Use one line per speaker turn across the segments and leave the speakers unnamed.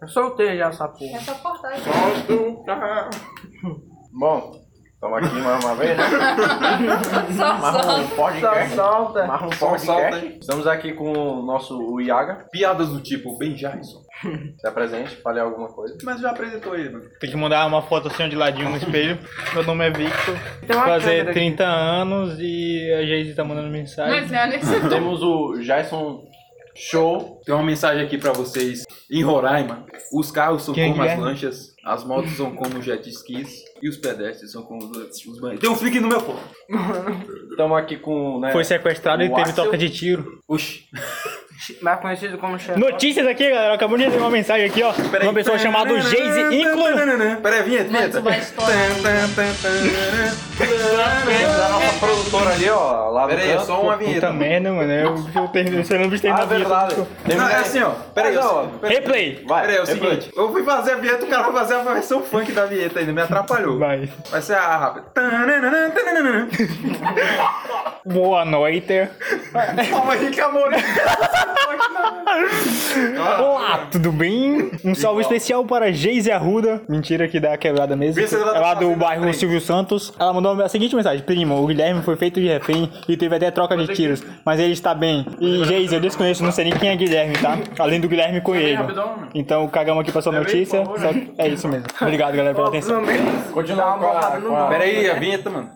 Eu soltei já essa porra.
É só cortar aí.
Solta o carro. Bom, estamos aqui mais uma vez, né?
tá Só,
Mais
só.
Só
um podcast.
solta.
Mais um
Só salta
podcast.
aí.
Estamos aqui com o nosso o Iaga.
Piadas do tipo, Ben Jarrison.
Se apresente, fale alguma coisa.
Mas já apresentou ele, mano.
Tem que mandar uma foto assim de ladinho no espelho. Meu nome é Victor,
Tem uma
fazer
câmera aqui.
30 anos e a Geise tá mandando mensagem.
Mas não é nesse.
Temos o Jason Show.
Tem uma mensagem aqui pra vocês. Em Roraima, os carros são
Quem é
como as
Guilherme?
lanchas, as motos são como os jet skis e os pedestres são como os, os banheiros. Tem um flick no meu pô.
Estamos aqui com. Né,
Foi sequestrado e
O
teve
Axel-
toca de tiro.
Oxi.
Mais conhecido como chefe.
Notícias aqui, galera. Acabou de receber uma mensagem aqui, ó. de Uma pessoa chamada Geise Inclu.
Peraí, vinheta,
Mas
vinheta.
tu vai
Né? da nossa produtora ali, ó. Lá
Peraí, é
do canto.
só uma
Puta
vinheta.
merda, mano. Eu, eu terminei, você não me tem
Ah,
na vida.
verdade. Tem
Não,
uma-
é assim, ó. Peraí,
Mas,
ó.
ó,
Peraí,
Replay.
Vai,
Peraí, é o
replay.
seguinte. Eu fui fazer a vinheta, o cara vai fazer a versão funk da vinheta ainda. Me atrapalhou.
Vai.
Vai ser a rápida. Tananana, tananana.
Boa noite.
Calma aí, calma aí.
Olá, tudo bem? Um salve especial para Geise Arruda. Mentira que dá a quebrada mesmo.
Vê se ela tá
É lá do
fazendo
bairro
trem.
Silvio Santos. Ela mandou a seguinte mensagem: Primo, o Guilherme foi feito de refém e teve até troca
é
de tiros, mas ele está bem. E Geise, eu desconheço, não sei nem quem é Guilherme, tá? Além do Guilherme Coelho. Então cagamos aqui pra sua notícia. Só que- É isso mesmo. Obrigado, galera, pela atenção.
Continuar com a, com a...
Peraí, a vinheta, mano.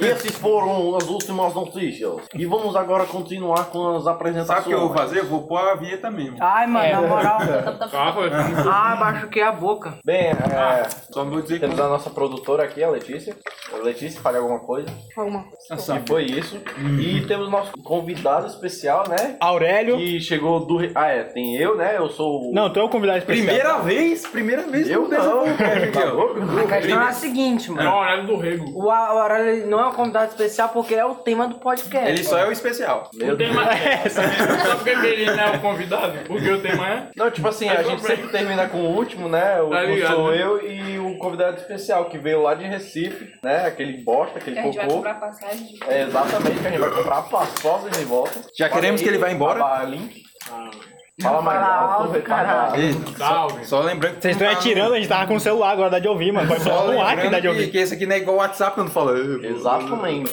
Esses foram as últimas notícias. E vamos agora continuar com as
Sabe
apresentações.
o que eu vou fazer? Eu vou pôr a vinheta mesmo.
Ai, mano,
É.
na moral.
cortar.
Ah, machuquei a boca.
Bem, é,
Só não vou dizer que
temos a nossa produtora aqui, a Letícia. Letícia, fale alguma coisa.
Alguma coisa.
E foi isso. E temos nosso convidado especial, né?
Aurélio.
Que chegou do. Ah, é, tem eu, né? Eu sou o.
Não, tu é o convidado especial.
Primeira vez, primeira vez
eu
que eu
não.
vejo essa
Tá
porra aqui, ó.
louco?
A questão é a seguinte, mano.
horário do rego.
O a- o Aurélio ele não é um convidado especial porque é o tema do podcast.
Ele só é o especial.
Meu Deus.
Tem mais. É, Sabe por que que ele não é o convidado? Porque o tema é.
Não, tipo assim, a
Mas
gente
tudo
sempre termina com o último, né? O,
Tá
o
ligado,
sou
né?
eu e o convidado especial que veio lá de Recife, né? Aquele bosta,
Que
aquele
a gente vai
cocô.
comprar passagem.
É exatamente que a gente vai comprar passosas de volta.
Já
Fala
queremos
aí,
que ele vá embora.
Baba Link. Fala mais
Fala
alto,
alto,
retardado.
caralho.
Eita,
Salve.
Só lembrando que
Vocês estão atirando, a gente tava com o celular agora, dá de ouvir, mano. Pode
Só
falar no ar que dá
lembrando
de
que,
ouvir.
que esse aqui não é igual o WhatsApp quando fala. "Eu-
Exatamente.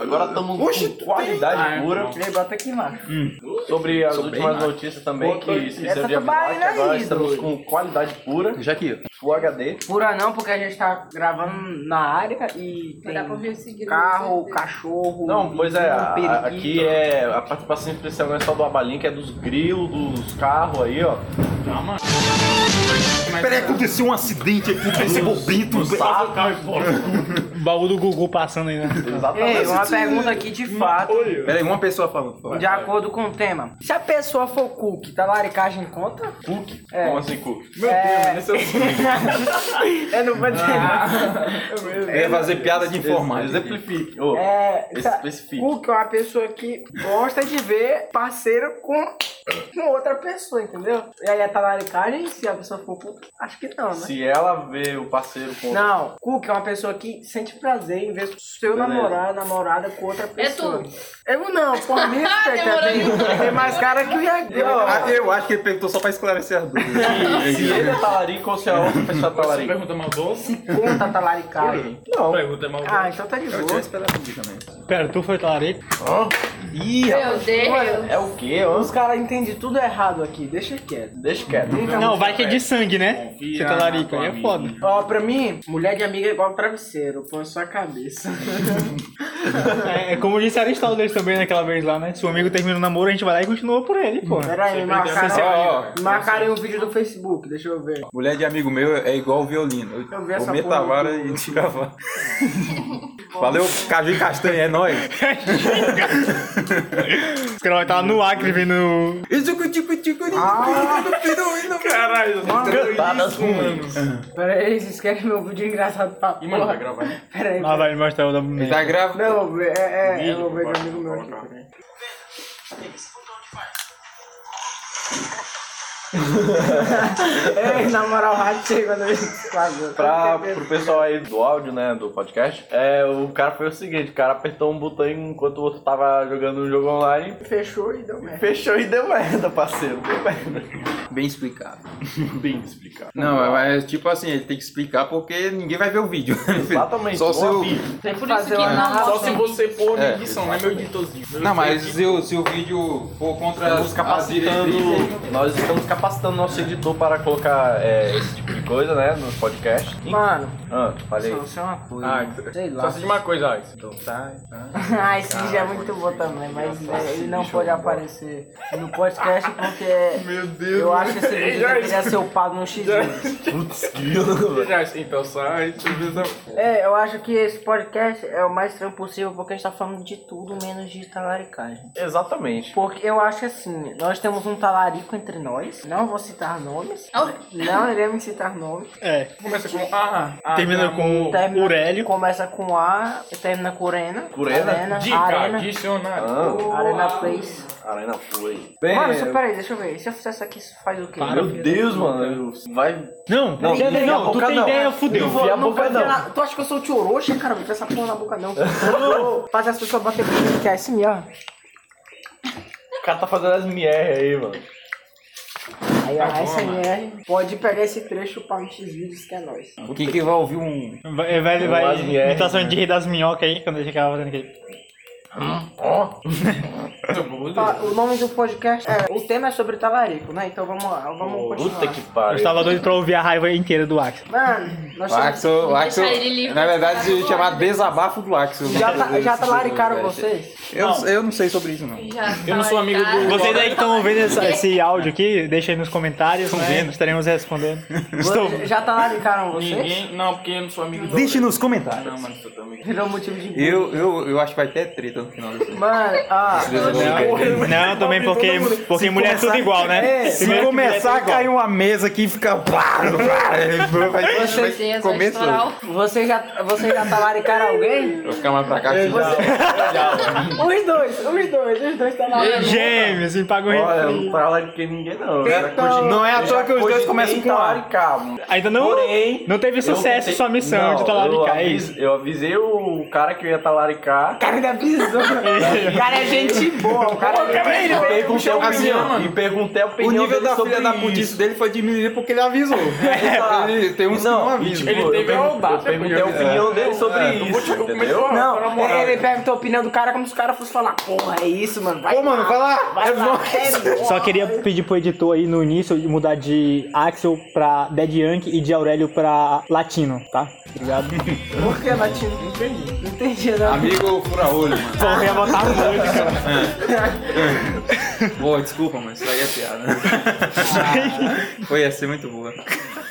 Agora estamos
Oxe,
com qualidade
Ah, é
pura.
bom.
Ele bota aqui embaixo.
Sobre as
Sou bem
últimas
magro.
notícias também, que
Boa noite.
esqueceram
Essa
de
tu
avisar
vai,
que
né,
agora
Ido?
estamos com qualidade pura,
Já aqui, ó.
Full HD.
Pura não, porque a gente tá gravando na área e
Vai dar pra
tem
ouvir o seguinte.
carro, cachorro.
Não, pois é, a-
menino,
a-
periquito.
aqui é a participação especial não é só do Abalim, que é dos grilos, dos carros aí, ó.
Calma.
Peraí, aconteceu um acidente aqui nesse momento.
Passa o carro e volta.
Baú do Gugu passando aí, né?
Ei,
Exatamente.
uma pergunta aqui de fato,
Oi.
Peraí, uma pessoa falando. fala.
de acordo com o tema. Se a pessoa for cook, talaricagem conta?
Cook?
É.
Como assim, Cook?
Meu
É.
Deus, esse Ah. é o-
Eu não vou dizer nada.
Eu ia fazer piada de informática.
Exemplifique. Ô,
É, tá,
especifique.
cook é uma pessoa que gosta de ver parceiro com, com outra pessoa, entendeu? E aí a talaricagem, se a pessoa for cook, acho que não, né?
Se ela vê o parceiro com
Não, Cook é uma pessoa que sente prazer em ver seu
Beleza.
namorado, namorada com outra pessoa.
tu.
Eu não, por mim, respeita, tem, tem É mais cara que o
Ah,
Iago.
Eu acho que ele perguntou só pra esclarecer as dúvidas.
Se ele é talarico ou se a outra pessoa é
Essa
talarica.
pergunta é maldosa?
Conta a talaricagem.
Não.
Pergunta é maldosa.
Ah, então tá de
Eu tinha
boa.
esperado aqui também.
Pera, tu foi talarico?
Ih,
Meu Deus.
é o quê? ó?
Os caras entendem tudo errado aqui, deixa quieto. Então,
Deixa quieto.
Não, vai que é de sangue, né?
Confia
Você talarico,
na tua
aí é foda.
Ó, pra mim, mulher de amiga é igual travesseiro, põe sua cabeça.
É, como disse Aristóteles também naquela vez lá, né? Se o amigo termina o namoro, a gente vai lá e continua por ele, pô.
Pera aí, marcaram,
Ó, ó,
marcaram um vídeo do Facebook, deixa eu ver.
mulher de amigo meu é igual violino. Eu,
Eu vi essa
meto
porra
a vara
do-
e tiro a vara. Valeu, Caju e Castanha, é nóis.
Os caras vão estar lá no Acre vendo.
Isso que tico tico
Ah.
Caralho,
Tá,
Cantadas ruins.
Pera aí, vocês querem meu vídeo engraçado pra
E mano, vai
porra?
gravar.
Pera aí,
Lá Ah, vai ele mostrar o da
Ele
boneca.
tá grávida.
Não, eu vou ver, é, é, eu
Vídeo,
vou ver de
bota,
amigo meu aqui.
coloca.
peraí. Ei, na moral, rádio chega no ventilador.
É
Pra, pro pessoal aí do áudio, né, do podcast, é, o cara foi o seguinte, o cara apertou um botão enquanto o outro tava jogando um jogo online,
Fechou e deu merda.
fechou e deu merda, parceiro, deu merda.
Bem explicado.
Bem explicado.
Não,
Tá.
é, é tipo assim, ele tem que explicar porque ninguém vai ver o vídeo.
Exatamente,
Só
não
se o-
avisa.
É por isso
Fazer
que
uma-
não
Só
Só se
se
você pôr
É,
na edição, né, meu editorzinho? Eu
Não, mas
sei que-
se o, se o vídeo for contra
Estamos
as as diretrizes...
capacitando, nós estamos capacitando nosso editor para colocar é, esse tipo de coisa, né, nos podcasts.
Mano,
Ah, falei.
só só uma coisa.
Ah,
Sei lá.
só se de uma coisa, Alex.
Ah, esse vídeo é muito bom também, mas né, ele não pode aparecer no podcast porque
Meu Deus.
eu acho que esse
Ei,
vídeo
Jorge.
deveria ser upado no x
Já, Então sai, tu vê-
É, eu acho que esse podcast é o mais estranho possível porque a gente tá falando de tudo menos de talaricagem.
Exatamente.
Porque eu acho que assim, nós temos um talarico entre nós, não vou citar nomes, não iremos citar nomes.
É.
começa com ah, ah,
Termina
tá,
com
Termina-
Urélio.
Começa com A e termina com Urena.
Urena?
Arena.
dica,
Arena.
dicionário.
Ah,
Arena Place.
Arena Play.
Mano, é só peraí, deixa eu ver. Se eu fizer isso aqui, isso faz o quê?
Meu Deus, mano. Vai.
Não, não,
enfia
não,
a
tu
boca
tem
não.
ideia, fudeu.
Enfia a
Não
boca
vai ver
não.
nada. Tu acha que eu sou o tio Orochi, cara? Não tem essa porra na boca, não. Fazer as pessoas bater bem, que é esse mesmo.
O cara tá fazendo as MR aí, mano.
Aí é
Tá
a
bom,
SMR pode pegar esse trecho para X vídeos que é nós.
Quem que vai ouvir um...
Vai, vai, vai
As mulheres,
imitação de rei das minhocas aí, quando ele ficava fazendo aquele.
Ó.
Tá, o nome do podcast é. O tema é sobre talarico, né? Então vamos lá, vamos continuar.
Puta que
Eu
pariu.
estava doido pra ouvir a raiva inteira do Axel.
Mano, nós
O Axel, o Axel-
deixar ele livre
na verdade,
pra
se
falar.
chamar desabafo do Axel.
Já, tá, já talaricaram
Velho,
vocês?
Eu, eu não sei sobre isso, não.
Eu não sou amigo do-
Vocês aí que estão ouvindo essa- esse áudio aqui, deixa aí nos comentários, né? estaremos respondendo. Estou.
Já talaricaram vocês?
Ninguém. Não, porque eu não sou amigo do.
Deixe nos
Não,
comentários.
mano, eu também.
Virou motivo de bullying.
Eu, eu, eu acho que vai ter treta no final desse
Mano, ah.
Não, também porque, porque mulher é tudo igual, né?
se
Primeiro que mulher é
começar a
tudo igual.
cair uma mesa aqui e ficar.
Meu Deus, vai
Começou.
estourar o
Vocês já, vocês já talaricaram alguém?
Vou ficar mais pra cá assim, que
Os dois, os dois, os dois talaricaram.
Gêmeos, me paga um
Olha, eu
refri.
não pra lá de que ninguém não.
Então,
Não é à toa que os dois começam
tá
com A.
a.
Ainda não, não teve sucesso sua missão de
tá
talaricar
eu,
isso.
avis- eu avisei o cara que eu ia tá talaricar.
cara ainda avisou. O cara é gente boa, o cara é gente
E
boa.
perguntei a
assim,
opinião,
ó.
E perguntei a
O
opinião
nível
dele
da
sobre
filha da
isso.
putice dele foi diminuir porque ele avisou. Ele, tem uns que não
Não, e,
avisam.
tipo,
Ele
eu
teve a
pergun-
audácia,
Eu perguntei a
porque-
opinião dele sobre
é,
eu vou te-
isso,
eu comecei
entendeu?
a- Pra
Não, é,
moral.
ele ele perguntou a opinião do cara como se o cara fosse falar, porra, é isso, mano. Vai
Ô, mano, vai lá.
Vai
É
lá,
bom.
é bom.
Só queria pedir pro editor aí no início de mudar de Axel pra Dead Yankee e de Aurélio pra Latino, tá? Obrigado.
Por que latino? Não entendi. Não entendi, não.
Amigo fura-olho, mano.
Só ia botar muito, cara.
Pô, desculpa, mano. Isso daí é piada. Foi, ia ser muito boa.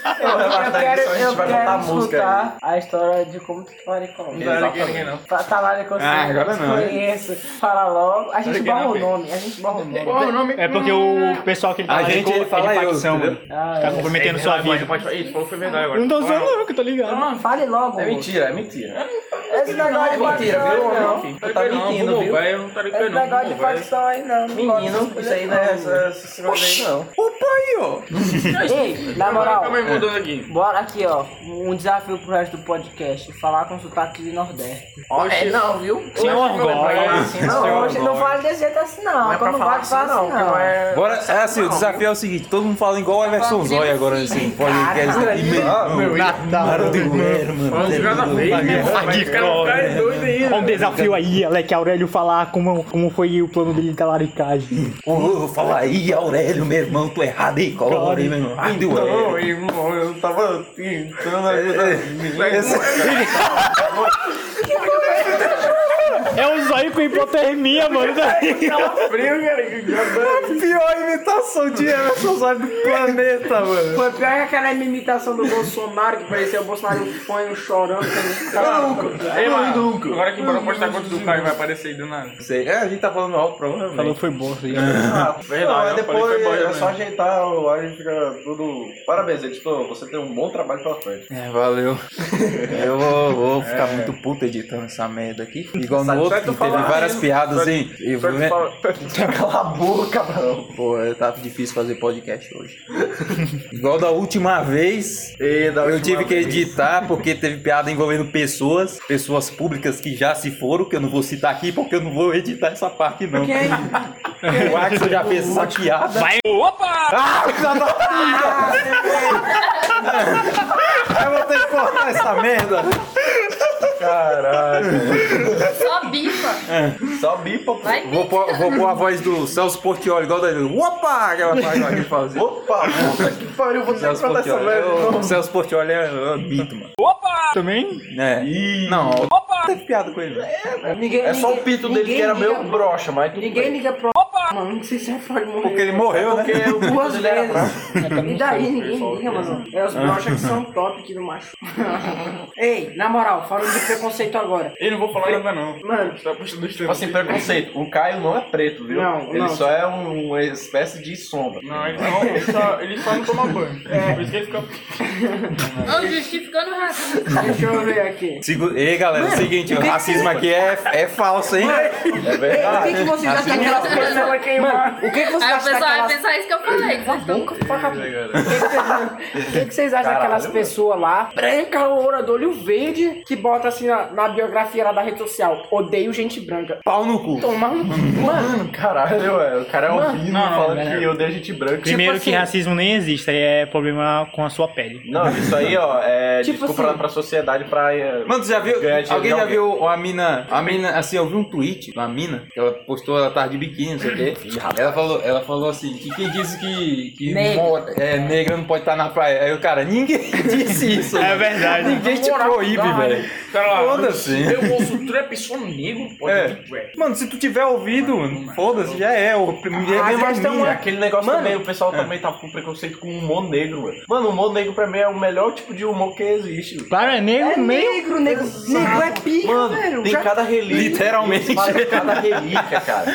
Ah,
Eu, eu quero,
isso, a gente
eu
vai
quero
botar a música
escutar a história de como tu talaricou.
Não era que ninguém, não.
Pra talaricou,
Ah, agora não, né?
Conheço. Fala logo. A gente
Talaricou não,
borra o
filho.
nome, a gente borra o nome.
Qual o nome?
É porque o pessoal que ele tá
A
lá,
gente, ele fala
ele
eu,
facção,
entendeu?
mano.
Ah,
Tá
é.
comprometendo sua vida.
Pode, pode, isso falou foi verdade agora.
Não tô
Fala.
usando não, que eu tô ligado.
Mano, fale logo.
É mentira, é mentira.
Esse negócio de
mentira,
facção,
viu?
não.
Não,
Tá
tá
ligado, não,
mentindo,
Google,
viu?
vai, eu não tá ligado,
Esse
não,
é negócio de
Google, vai.
facção aí, não. não gosto
Menino,
de
isso aí não é
facção.
essa essa segunda aí, não.
Ei, na moral,
Calma aí, mudando aqui.
bora aqui, ó. Um desafio pro resto do podcast. Falar com sotaque de Nordeste.
Oxe,
não, viu?
Senhor Góis.
assim,
Não, hoje não fala desse jeito assim, não.
Não é
Então
pra
não
falar
vai
assim,
falar
não,
assim,
que não
não.
é...
Bora, é assim, o desafio é o seguinte, todo mundo fala igual o Everson Zóia agora nesse podcast.
Natal do Guerreiro, mano.
Vamos jogar na vez, né? Aqui, cara, tá é doido aí.
Olha um desafio aí, Alec Aurélio, falar como, como foi o plano dele de talaricagem.
Ô, fala aí, Aurélio, meu irmão, tô errado aí, coloca aí, meu irmão. Ai, deu
É.
Aurélio.
irmão, eu tava pintando a
É o zóio com hipotermia, mano.
Pior imitação de Everson Zóia do planeta, mano.
Foi pior que aquela imitação do Bolsonaro, que parecia o Bolsonaro fanho chorando.
Ei, mano, agora que bora postar quanto do Caio vai aparecer aí do nada.
Sei, é, a gente tá falando alto, provavelmente.
Falou, foi bom. Assim.
Não, é
eu falei, foi
depois
bom,
é
né?
só ajeitar, o ar e fica tudo. Parabéns, editor, você tem um bom trabalho pela frente.
É, valeu. Eu vou, vou ficar muito puto editando essa merda aqui. Igual no
Sabe,
outro
tu
que teve
fala
várias piadas, é hein? é E
Só que fala-
é-
Cala a boca, cabrão. Pô, tá difícil fazer podcast hoje. Igual da última vez, eu tive que editar porque teve piada envolvendo pessoas, pessoas públicas que já se foram, que eu não vou citar aqui porque eu não vou editar essa parte, não. O Axel já fez essa piada. Vai! Opa! Ah, eu vou ter que cortar essa merda.
Só bifa.
Só bipa, pô.
Vai.
Vou pôr, vou pôr a voz do Celso Portioli, igual da. Opa! Aquela página que ele fazia.
Opa, puta que pariu, você
Celso
contar essa
Portioli,
merda.
é o-
não.
o Celso Portioli é, é mito, mano.
Também?
É. Não, opa! Teve piada com ele. né?
Ninguém,
É só o pito dele que era meio
bro.
broxa, mas tudo
Ninguém
bem.
liga pro. Mano, não sei se é Freud morreu.
Porque ele morreu, né?
Porque o pito
Duas
dele era fraco.
vezes. É, E daí ninguém liga, mano. É os brochas que são top aqui no macho. Ei, na moral, falando de preconceito agora.
Eu não vou falar nada, não.
Mano,
Tá postando os
Tipo
temas.
assim, preconceito. O Caio não é preto, viu?
Não,
ele
não.
só é um- uma espécie de sombra.
Não, ele não, ele só, ele só não toma banho.
É.
Por isso que ele fica.
Não, justificando o racismo.
deixa eu ver aqui.
Segu- Ei, galera, é o seguinte, o racismo aqui é, é falso, hein?
É
Ei,
verdade.
o que, que vocês acham daquelas
Aí
pessoas queimar? O que, Tá que vocês
o
acham
pessoal vai
daquelas
pensar "Tá isso que eu falei. que vocês estão-
O que que vocês- o que, que vocês acham daquelas pessoas lá, branca, loura, do olho verde, que bota assim na, na biografia lá da rede social, odeio gente branca.
Pau no cu.
Toma um... Mano,
Caralho, ué. O cara é albino
Não, não,
falando
não.
que odeia gente branca.
Primeiro
assim-
que racismo nem existe, aí é problema com a sua pele.
Não, isso aí, ó, é
Tipo
desculpa
assim-
lá pra sociedade pra. eh,
Mano, tu já viu?
Ganhar dinheiro
Alguém
de
já
alguém.
viu a mina? A mina, assim, eu vi um tweet da mina, que ela postou ela tarde de biquíni, não sei o quê. Ela falou, ela falou assim, que quem disse que, que
Negra.
mo- é, negra não pode estar na praia? Aí o cara, ninguém disse isso.
É
mano.
verdade.
Ninguém te proíbe, velho.
Cara lá.
Foda-se.
Eu ouço trap, sou negro, pode
É.
ir, ué.
Mano, se tu tiver ouvido, mano, foda-se, já é. O primeiro é mais
Mano,
mina.
Aquele negócio também, o pessoal também tá com preconceito com o humor negro, mano. Mano, o humor negro pra mim é o melhor tipo de humor que existe. mano.
Claro, é negro, meio.
negro, negro, negro é pica, velho.
Mano, tem
Já-
cada relíquia.
Literalmente.
Mano, cada relíquia, cara.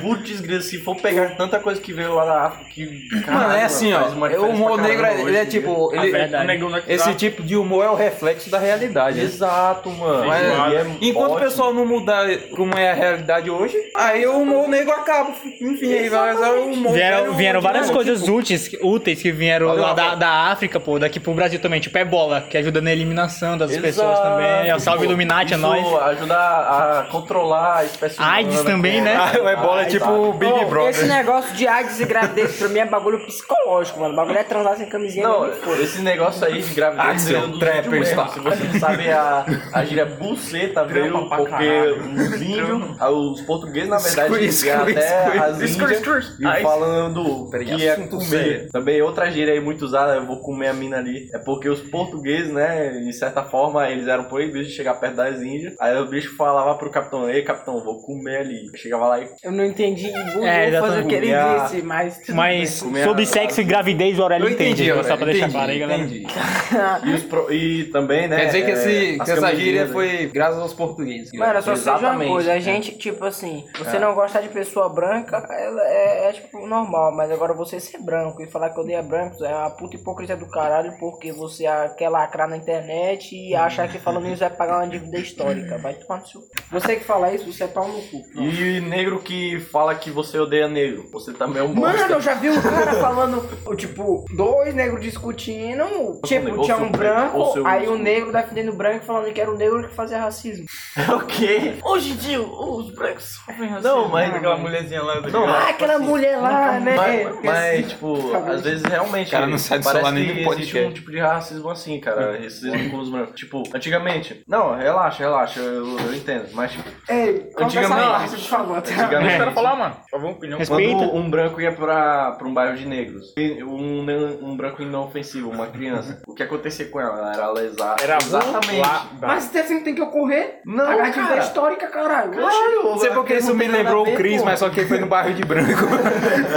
Putz, desgraça, se for pegar tanta coisa que veio lá da África que.
Mano, é
caralho,
assim, ó.
faz uma
O
diferença
humor
pra
negro,
caramba
ele é
hoje em dia.
tipo. ele-
O negão não é que
esse
dá.
tipo de humor é o reflexo da realidade. né?
Exato, mano.
Mas-
E é
Enquanto o
ótimo.
pessoal não mudar como é a realidade hoje, aí o humor negro acaba. Enfim, aí vai usar o humor.
Vieram,
velho,
vieram
de
várias
novo.
coisas úteis, úteis que vieram
Valeu,
lá da,
Rafa.
da África, pô, daqui pro Brasil também. Tipo, é bola, que ajuda na eliminação das
Exato,
pessoas também. É o Salve
pô.
Illuminati, é
Isso
nós.
ajuda a a controlar a espécie humana,
AIDS também, né?
Ah, o Ebola é tipo o Big
Ô,
Brother.
Esse negócio de AIDS e gravidez pra mim é bagulho psicológico, mano. O bagulho é transar sem camisinha.
Não,
mesmo.
esse negócio aí um de gravidez
Axel,
veio do
trapper,
índio mesmo.
está.
Se você não sabe, é a, a gíria buceta veio
pra
porque
caralho.
os índios, ah, os portugueses, na verdade,
Escuri,
eles iam
escuri,
até
escuri.
as
Escuri,
índias
escuri.
e
Ai,
falando
Peraí,
que ia
assunto
comer.
sério.
Também outra gíria aí muito usada, eu vou comer a mina ali, é porque os portugueses, né, de certa forma, eles eram proibidos de chegar perto das índias. Aí o bicho falava pro capitão, ei, capitão, vou comer ali. Chegava lá e
Eu não entendi. Vou
É,
vou fazer
exatamente.
o que ele
Minha-
disse, mas.
Mas
Comer
sobre
a-
sexo e gravidez, o Aurélio
Eu entendi,
entende, viu? só pra
Aurélio,
deixar
entendi,
claro aí, galera.
entendi.
E, os pro- e também, né?
Quer dizer que,
é,
esse,
as
que essa
camisinhas,
gíria
né?
foi graças aos portugueses.
Mano, eu só sei de uma
Exatamente, É.
coisa, a
né?
gente, tipo assim, você não gostar de pessoa branca ela é, é, tipo normal, mas agora você ser branco e falar que odeia brancos é uma puta hipocrisia do caralho porque você ah, quer lacrar na internet e achar que falando isso vai pagar uma dívida histórica. Vai tomar no seu. Você que fala isso, você é pau no cu.
E negro que fala que você odeia negro. Você também é um
Mano,
bosta.
eu já vi um cara falando, tipo, dois negros discutindo, tipo,
negócio,
tinha um
ou seu
branco,
negócio.
aí o negro defendendo o branco falando que era o negro que fazia racismo.
É o quê?
Hoje em dia, os brancos
Não, mas
Aquela mulherzinha lá.
Não,
Ah,
mas,
aquela mulher lá, né?
tipo assim, mas,
Esse-
mas, tipo,
Acabou.
às vezes realmente.
Cara, não sai do
parece
celular nem
que
do
existe
podcast. Hum.
um tipo de racismo assim, cara. Racismo com os brancos. Tipo, antigamente. Não, relaxa, relaxa. Eu, eu entendo. Mas, tipo,
Ei, conta essa
Antigamente-
parte, por favor. tá?
Deixa o
antigamente.
cara falar, mano. Só vou opinião.
Respeita.
Quando um branco ia pra, pra um bairro de negros, e um, ne- um branco inofensivo, uma criança, o que acontecia com ela? Ela Era lesada.
Era
exatamente.
burlada.
Mas você não tem que ocorrer?
Não,
a dívida
cara.
histórica, caralho.
Não sei porque isso me lembrou o Cris, mas só que ele foi no bairro de branco.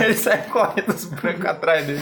ele saiu correndo os brancos atrás dele.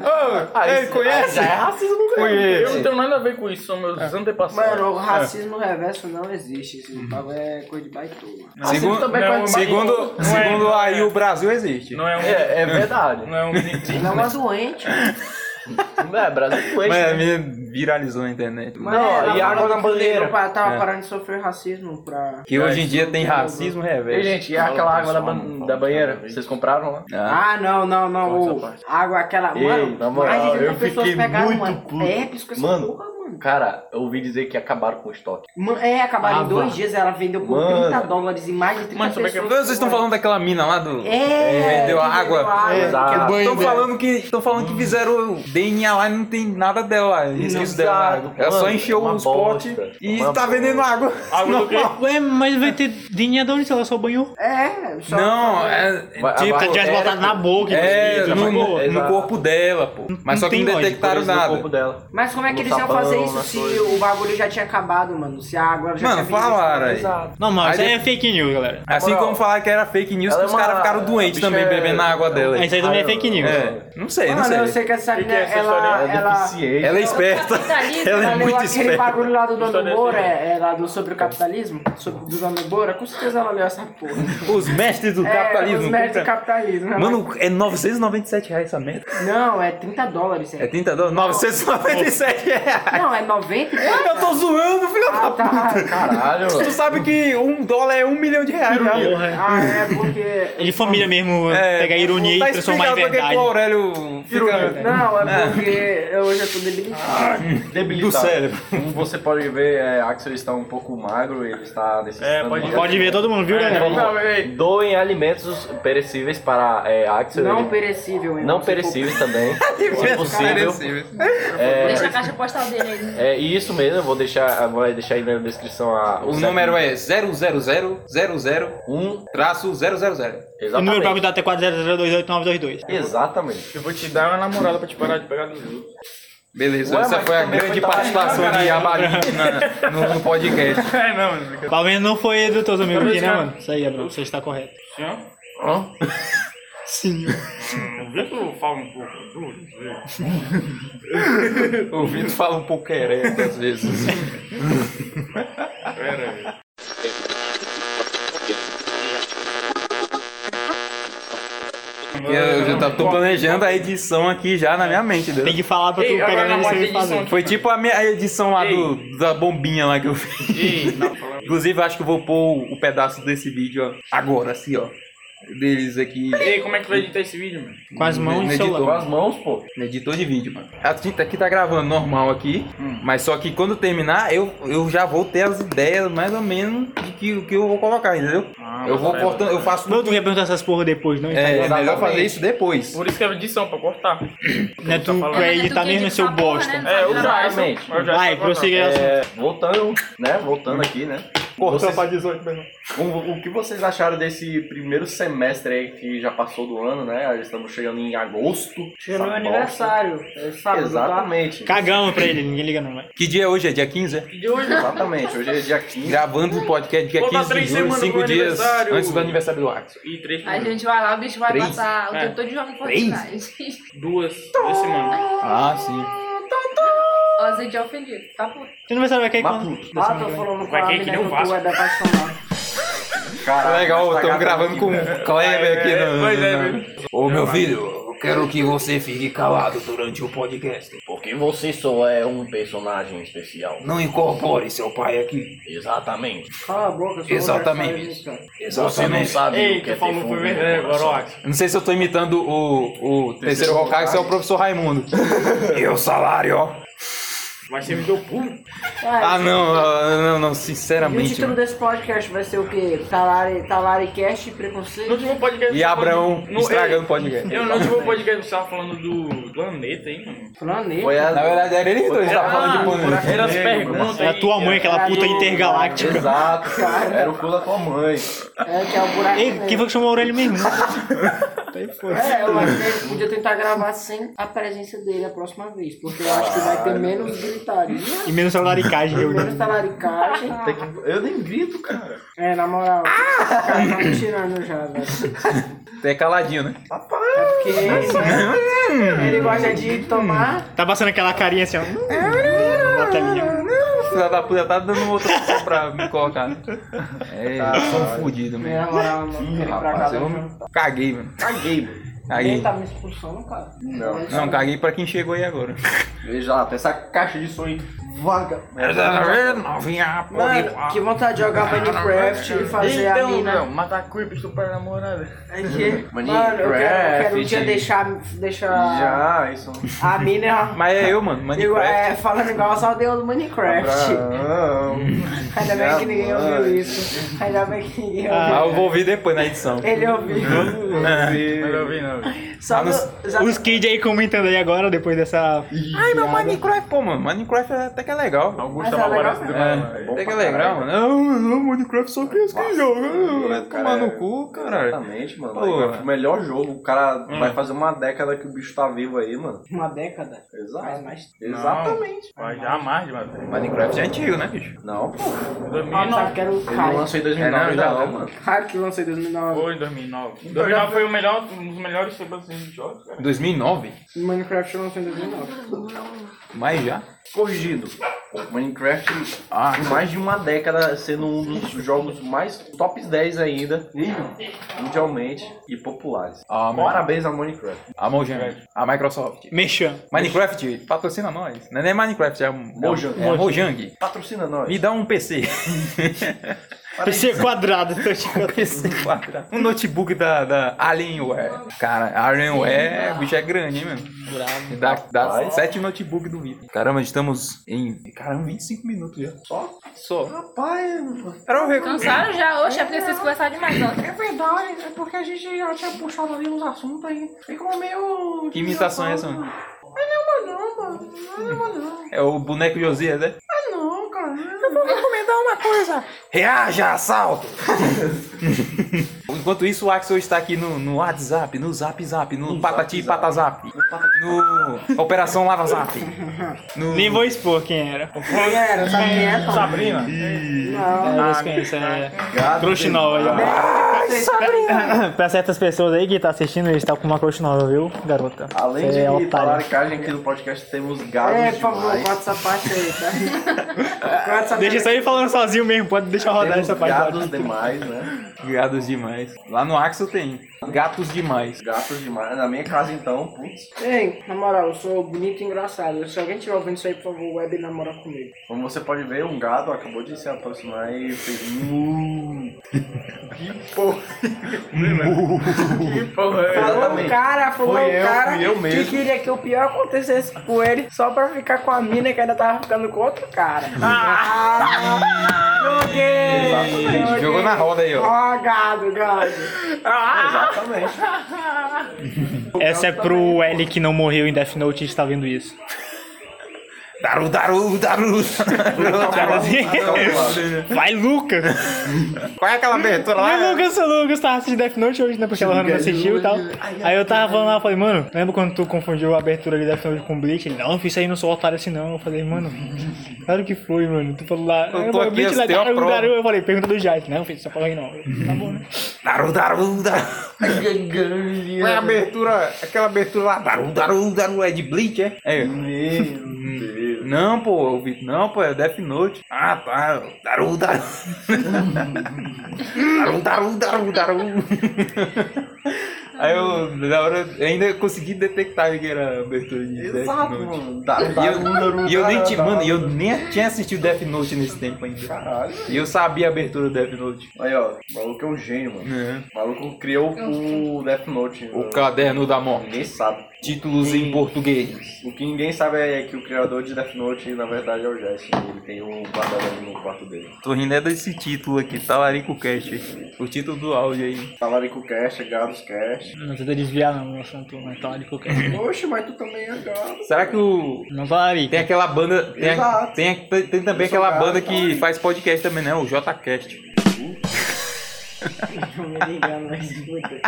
Ô, ele conhece?
Já é racismo, cara.
Eu
Conhece.
não tenho nada a ver com isso, são meus antepassados.
Mano, o racismo reverso não existe. Esse bagulho é coisa de baitola.
Segundo,
também
não,
pode-
segundo,
Não é,
segundo
não é.
aí o Brasil existe.
Não é um.
É, é verdade.
Não é um menino.
Não é uma doente.
É, Brasil Quest.
Mas a
né?
minha viralizou na internet.
é.
Não, e água na banheira.
tava
É.
parando de sofrer racismo pra.
Que hoje em dia tem racismo
Ei,
reverso.
gente, e aquela água da, ban- da banheira? Vocês compraram lá?
Ah,
Ah, não, não, não. ô, água aquela.
Ei,
mano,
na moral,
mais de 30
eu
pessoas
fiquei
pegaram,
muito
mano.
puto.
Herpes com essa
Mano.
porra, mano.
Cara, eu ouvi dizer que acabaram com o estoque.
Mano, É, acabaram em dois dias, ela vendeu por
Mano.
30 dólares e mais de 30
Mano, sabe
pessoas.
que é-
Vocês estão falando daquela mina lá do.
É,
vendeu
que
água.
Ah, Exato.
que-
Estão falando que estão falando que fizeram o DNA lá e não tem nada dela lá, resquício dela lá.
Exato,
Ela só
mano,
encheu
uma
os potes
bosta.
e
Uma
tá vendendo água.
Água do quê?
Ué, mas vai ter dinheiro de onde se ela só banhou?
É, só.
Não, é
Vai-
tipo
vai-
Se tivesse
É,
botado na boca,
é
depois,
no,
mas, pô,
no- no
Exato.
corpo dela, pô. Mas só
Não
que não
tem lógica,
detectaram
Coisa no corpo
nada.
dela.
Mas como é que
No
eles iam
sapão,
fazer isso
nas
se
coisas.
o bagulho já tinha acabado, mano? Se a água já
Mano,
tinha vendido,
falaram aí.
Exato.
Não,
Aí
mas isso aí é
depois-
fake news, galera.
Assim
moral,
como falar que era fake news, que
ela é
os caras
uma-
ficaram doentes
bicha
também
é-
bebendo a água dela.
Mas Isso aí também é
Cara,
fake news.
É, não sei, não
Mano, eu
sei.
sei que essa
que
menina,
é essa
ela.
história?
É
ela...
deficiente.
Ela é esperta. Ela
Capitalista,
é
Ela leu
muito
aquele
esperta.
bagulho lá do Dono
História
Moura,
desse
é, é lá do, sobre o capitalismo, sobre, do Dono Moura, com certeza ela leu essa porra.
Os mestres do capitalismo.
É, os méritos do
puta.
capitalismo. né?
Mano, é 997 reais essa merda.
Não, é 30 dólares.
É
É.
30 dólares? 997 reais.
Não, é 90?
Eu tô zoando, filho da
Ah,
puta.
tá.
Caralho,
Tu sabe que um dólar é um milhão de reais, né?
Ah, é porque...
Ele família mesmo, pega a É, ironia
tá
e transformar em
explicado porque que
verdade.
o Aurélio fica
Não, é porque eu já tô debilitado.
do
debilitado.
cérebro.
Como você pode ver, é, Axel está um pouco magro, ele está necessitando...
É, pode
de- Então,
Pode ver todo mundo,
É,
viu, galera?
Não, ei.
Doem alimentos perecíveis para é, Axel.
Não
ele-
perecível, hein?
não
Você
perecíveis também,
É
É
se
é
possível.
Deixa a caixa postal dele aí.
É isso mesmo, eu vou deixar, vai deixar aí na descrição a,
O número é 000001-000.
um,
O número pra
exatamente.
cuidar é 400289222.
Exatamente.
tá- Eu vou te dar uma namorada pra te parar de pegar dos outros.
Beleza,
Ué,
essa
mas
foi a
também
grande
foi tá-
participação de Abarim na- no, no podcast.
É, não, mano. fica-
Pelo menos não foi do teus amigos aqui, né,
cara.
mano? Isso aí, Abrão, você está correto.
Assim, ó.
Sim.
Vê que eu falo um pouco. duro, né?
O Vitor fala um pouco querendo às vezes.
Pera aí.
Eu, eu já tava, tô planejando a edição aqui já na minha mente. Deus.
Tem que falar pra tu
Ei,
pegar
agora
na
na
lista
parte
e
de som
fazer.
Foi tipo a, minha, a edição lá do, da bombinha lá que eu fiz.
Ei, não, falando.
Inclusive, acho que eu vou pôr o, o pedaço desse vídeo ó, agora, assim, ó. Deles aqui. Né,
Ei, como é que tu vai editar esse vídeo, mano?
Com as mãos
no
e o
editor.
Com
celular.
as mãos, pô.
No Um editor de vídeo, mano. A tinta aqui tá gravando normal aqui,
Hum.
mas só que quando terminar, eu, eu já vou ter as ideias mais ou menos de que, o que eu vou colocar, entendeu?
Ah,
eu vou
mas-
cortando, eu faço
Não, tu quer perguntar essas porra depois, não?
É, é melhor
Exatamente.
fazer isso depois.
Por isso que é edição, pra cortar.
Né, tu quer
falando.
Mas é tu
editar
que
mesmo,
edita
seu
essa porra,
bosta.
né?
É, eu já.
Exatamente.
Eu já
Vai,
tô cortando.
prossiga aí.
É, voltando, né? Voltando aqui, né? Vocês-
tá
o, o que vocês acharam desse primeiro semestre aí que já passou do ano, né? Aí Estamos chegando em agosto.
Chegou É meu
Essa
aniversário. É
bosta.
sábado, tá?
Exatamente.
Cagamos pra ele, ninguém liga não, vai.
Que dia é hoje? É dia 15? é?
De hoje,
Exatamente. Hoje é dia 15.
Gravando o podcast dia
Falta
15 de
três
julho,
semanas pro
5
meu
dias
aniversário.
antes do aniversário do Axel.
E três
Aí
um.
a
semanas.
gente vai lá, o bicho vai
Três?
passar o
É.
tempo todo jogando por
Três?
trás.
Duas. Duas semanas.
Ah, sim.
Ó, a gente é ofendido. Tá bom.
Tu não vai saber o que é quando?
Ah, tô falando com
Vai
a
quem que
mina
nem um
que tu
Vasco.
é da apaixonada.
Caralho,
Legal,
vai
estamos Tá
estragar
gravando né?
tudo
com
aqui,
o Kleber aqui
É,
no.
pois é,
no-
velho.
Ô meu filho, eu quero que você fique calado durante o podcast.
Porque você só é um personagem especial.
Não incorpore seu pai aqui.
Exatamente.
Cala a boca, eu sou
Exatamente.
aniversariante, cara.
Você não sabe
Ei,
o que é ter
tu falou
fogo
foi
no
verdade agora,
coração.
ó. Axel.
Não sei se eu tô imitando o, o terceiro Hokage, se é o professor Raimundo. e o salário, ó.
Mas você me deu pulo.
Ah,
Ah, não, ah, não, não,
E o
sinceramente.
título
mano.
desse podcast vai ser o quê? Talari, Talaricast e Preconceito?
No último podcast.
E
você
Abrão
falou- No-
estragando o podcast.
Ei, Eu no último podcast você tava falando do planeta, hein, mano?
Planeta.
Foi a...
Na verdade, era eles dois que tava falando de
Ah,
planeta.
Era as perguntas.
É a
aí.
tua mãe, aquela puta
Caralho.
intergaláctica.
Exato, Era o cu da tua mãe.
É, que é o buraco.
Ei,
negro.
quem foi que chamou o Aurélio mesmo?
É, eu acho que ele podia tentar gravar sem a presença dele a próxima vez, porque eu acho que vai ter menos gritaria,
E menos salaricagem, eu. né?
menos talaricagem.
Tem que- Eu nem grito, cara.
É, na moral, o cara tá me tirando já, velho.
Até caladinho, né?
Porque né, ele gosta de tomar.
Tá passando aquela carinha assim, ó. né? Na telinha.
Filha da puta tá dando outra opção pra me colocar. né? É, eu sou um fudido,
É, na
mesmo.
moral, mano, ele pra
Rapaz,
casa.
eu caguei, mano.
Caguei, mano.
Ele
Caguei.
tá me expulsando, cara.
Não.
Não, caguei pra quem chegou aí agora.
Veja lá, tem essa caixa de som aí. Vaga.
é, tá Novinha,
Mano, que vontade de jogar Minecraft e fazer
Então,
Então, a mina.
matar creep, estuprar namorada.
É que- Mano, eu quero, eu quero um dia
Minecraft.
deixar, deixar
Já, isso. é um
a mina
Mas é eu, mano.
eu,
Minecraft.
é, falando igual as aldeias do Minecraft.
Não.
Ainda bem que ninguém ouviu
mãe.
isso. Ainda bem que ninguém
Mas
ouviu.
eu vou ouvir depois na edição.
Ele ouviu.
Não vi, não.
Só
Ah,
no,
nos-
só
Os kids aí comentando aí agora, depois dessa.
Ai, meu Minecraft, pô, mano. Minecraft é- até que é legal.
Augusto
Mas
é
é
uma
legal
parece
mesmo.
É,
bom
até que é
pra
legal,
caralho.
mano. Não, não, Minecraft só criança que joga. né? Vai tomar
cara, é-
no cu, caralho.
Exatamente, mano.
Pô.
Aí vai pro melhor jogo. O cara vai fazer uma década que o bicho tá vivo aí, mano.
uma década. Mas,
Exato.
mas
Exatamente.
Vai já há mais de uma vez.
Minecraft é antigo, né, bicho?
Não, pô.
ah,
2009.
não, eu quero o
Ele
Caio.
lançou em 2009
É, não,
ainda
já
não,
tá.
mano.
Caio que lançou em 2009.
Foi em 2009. 2009 foi o melhor, um dos melhores semanas de jogos, cara.
2009?
Minecraft lançou em 2009.
Mas já?
Corrigido. Minecraft,
Ah,
em mais de uma década, sendo um dos jogos mais tops 10 ainda, mundialmente e populares.
Ah, mano.
Parabéns ao Minecraft.
A Mojang. A Microsoft.
Mexam.
Minecraft, patrocina nós. Não é nem Minecraft, é Mojang.
Mojang.
É Mojang.
Patrocina nós.
Me dá um PC.
PC quadrado, tô te
um PC quadrado. Um notebook da, da Alienware. Cara, Alienware, o bicho é grande, hein, mano? Dá, dá
Rapaz.
sete notebooks do Vitor. Caramba, estamos em. Caramba, 25 minutos já.
Só?
Só.
Rapaz,
Era o recurso.
Cansaram já? Oxe, é porque vocês conversaram demais ontem.
Verdade, é porque a gente já tinha puxado ali uns assuntos aí. Ficou meio.
Que imitação é essa, mano? É o boneco Josias, né?
Não, cara.
Reaja, assalto! Enquanto isso, o Axel está aqui no, no WhatsApp, no Zap Zap, no, Patati Patazap, no Operação Lava Zap. No...
Nem vou expor quem era.
Quem era? Sabe quem é? Tom?
Sabrina?
Não.
Ah, vocês conhecem, é. Crush nova aí, ó. pra certas pessoas aí que tá assistindo, eles estão com uma crush nova, viu, garota?
Além
Você é
de
otário.
talaricagem aqui no podcast, temos gados
É, por favor,
demais.
corta essa parte aí, tá? Corta essa
Deixa
parte.
isso aí falando sozinho mesmo, pode deixar rodar
Temos
essa parte.
gados demais, né?
Gatos demais. Lá no Axel tem. Gatos demais.
Gatos demais. Na minha casa, então, putz.
Ei, na moral, eu sou bonito e engraçado. Se alguém tiver ouvindo isso aí, por favor, web namora comigo.
Como você pode ver, um gado acabou de se aproximar e fez mu. Que porra. que porra. é?
Falou o
Exatamente.
cara, falou
Foi
o
eu,
cara
fui eu mesmo.
que queria que o pior acontecesse com ele só pra ficar com a mina que ainda tava ficando com outro cara. Ah, joguei! joguei.
Jogou na roda aí, ó.
Ó, gado, gado.
Ah! Exatamente.
Essa é pro L que não morreu em Death Note e está vendo isso.
Daru, daru, daru.
Cara, assim, Vai, Lucas!
Qual é aquela abertura lá?
Meu Lucas, seu Lucas tava assistindo Death Note hoje, né? Porque ela não assistiu e tal. Aí eu tava falando lá, eu falei, mano, lembra quando tu confundiu a abertura de Death Note com Bleach? Ele, não, isso aí não sou otário assim não. Eu falei, mano, claro que foi, mano. Tu falou lá,
Eu tô
"Ah,
aqui,
Bleach
eu
lá,
tenho a
Daru,
prova."
Daru." Eu falei, pergunta do Jack. Não, filho, só falou aí não. Eu, Tá bom, né?
Daru, daru, daru. Qual é a abertura? Aquela abertura lá. Daru, daru, daru. É de Bleach, é? É. Não, pô, o Vitor. Não, pô, é Death Note. Ah, tá. Daru, daru. daru, daru, daru, daru. Aí eu, na hora, eu ainda consegui detectar que era a abertura de Death
Exato,
Note. E eu,
mano.
e eu nem tinha, mano, e eu nem tinha assistido Death Note nesse tempo ainda.
Caralho.
E eu sabia a abertura do Death Note.
Aí, ó. O maluco é um gênio, mano. O maluco criou o Death Note.
O
mano.
Caderno da Morte.
Ninguém sabe.
Títulos em português.
O que ninguém sabe é que o criador de Death Note, na verdade, é o Jesse. Ele tem um guardado ali no quarto dele.
Tô rindo é desse título aqui, tá Talarico Cast. O título do áudio aí.
Talarico Cash, Gados Cash.
Não tenta desviar não, eu sou um metálico.
Oxe, mas tu também é gado.
Será que o.
Não falaria.
Tem aquela banda. Tem, a-
Exato.
tem, a- tem- tem também
Eu sou
aquela
gato,
banda que faz podcast também, né? O JCast.
Não me liga, mas escuta.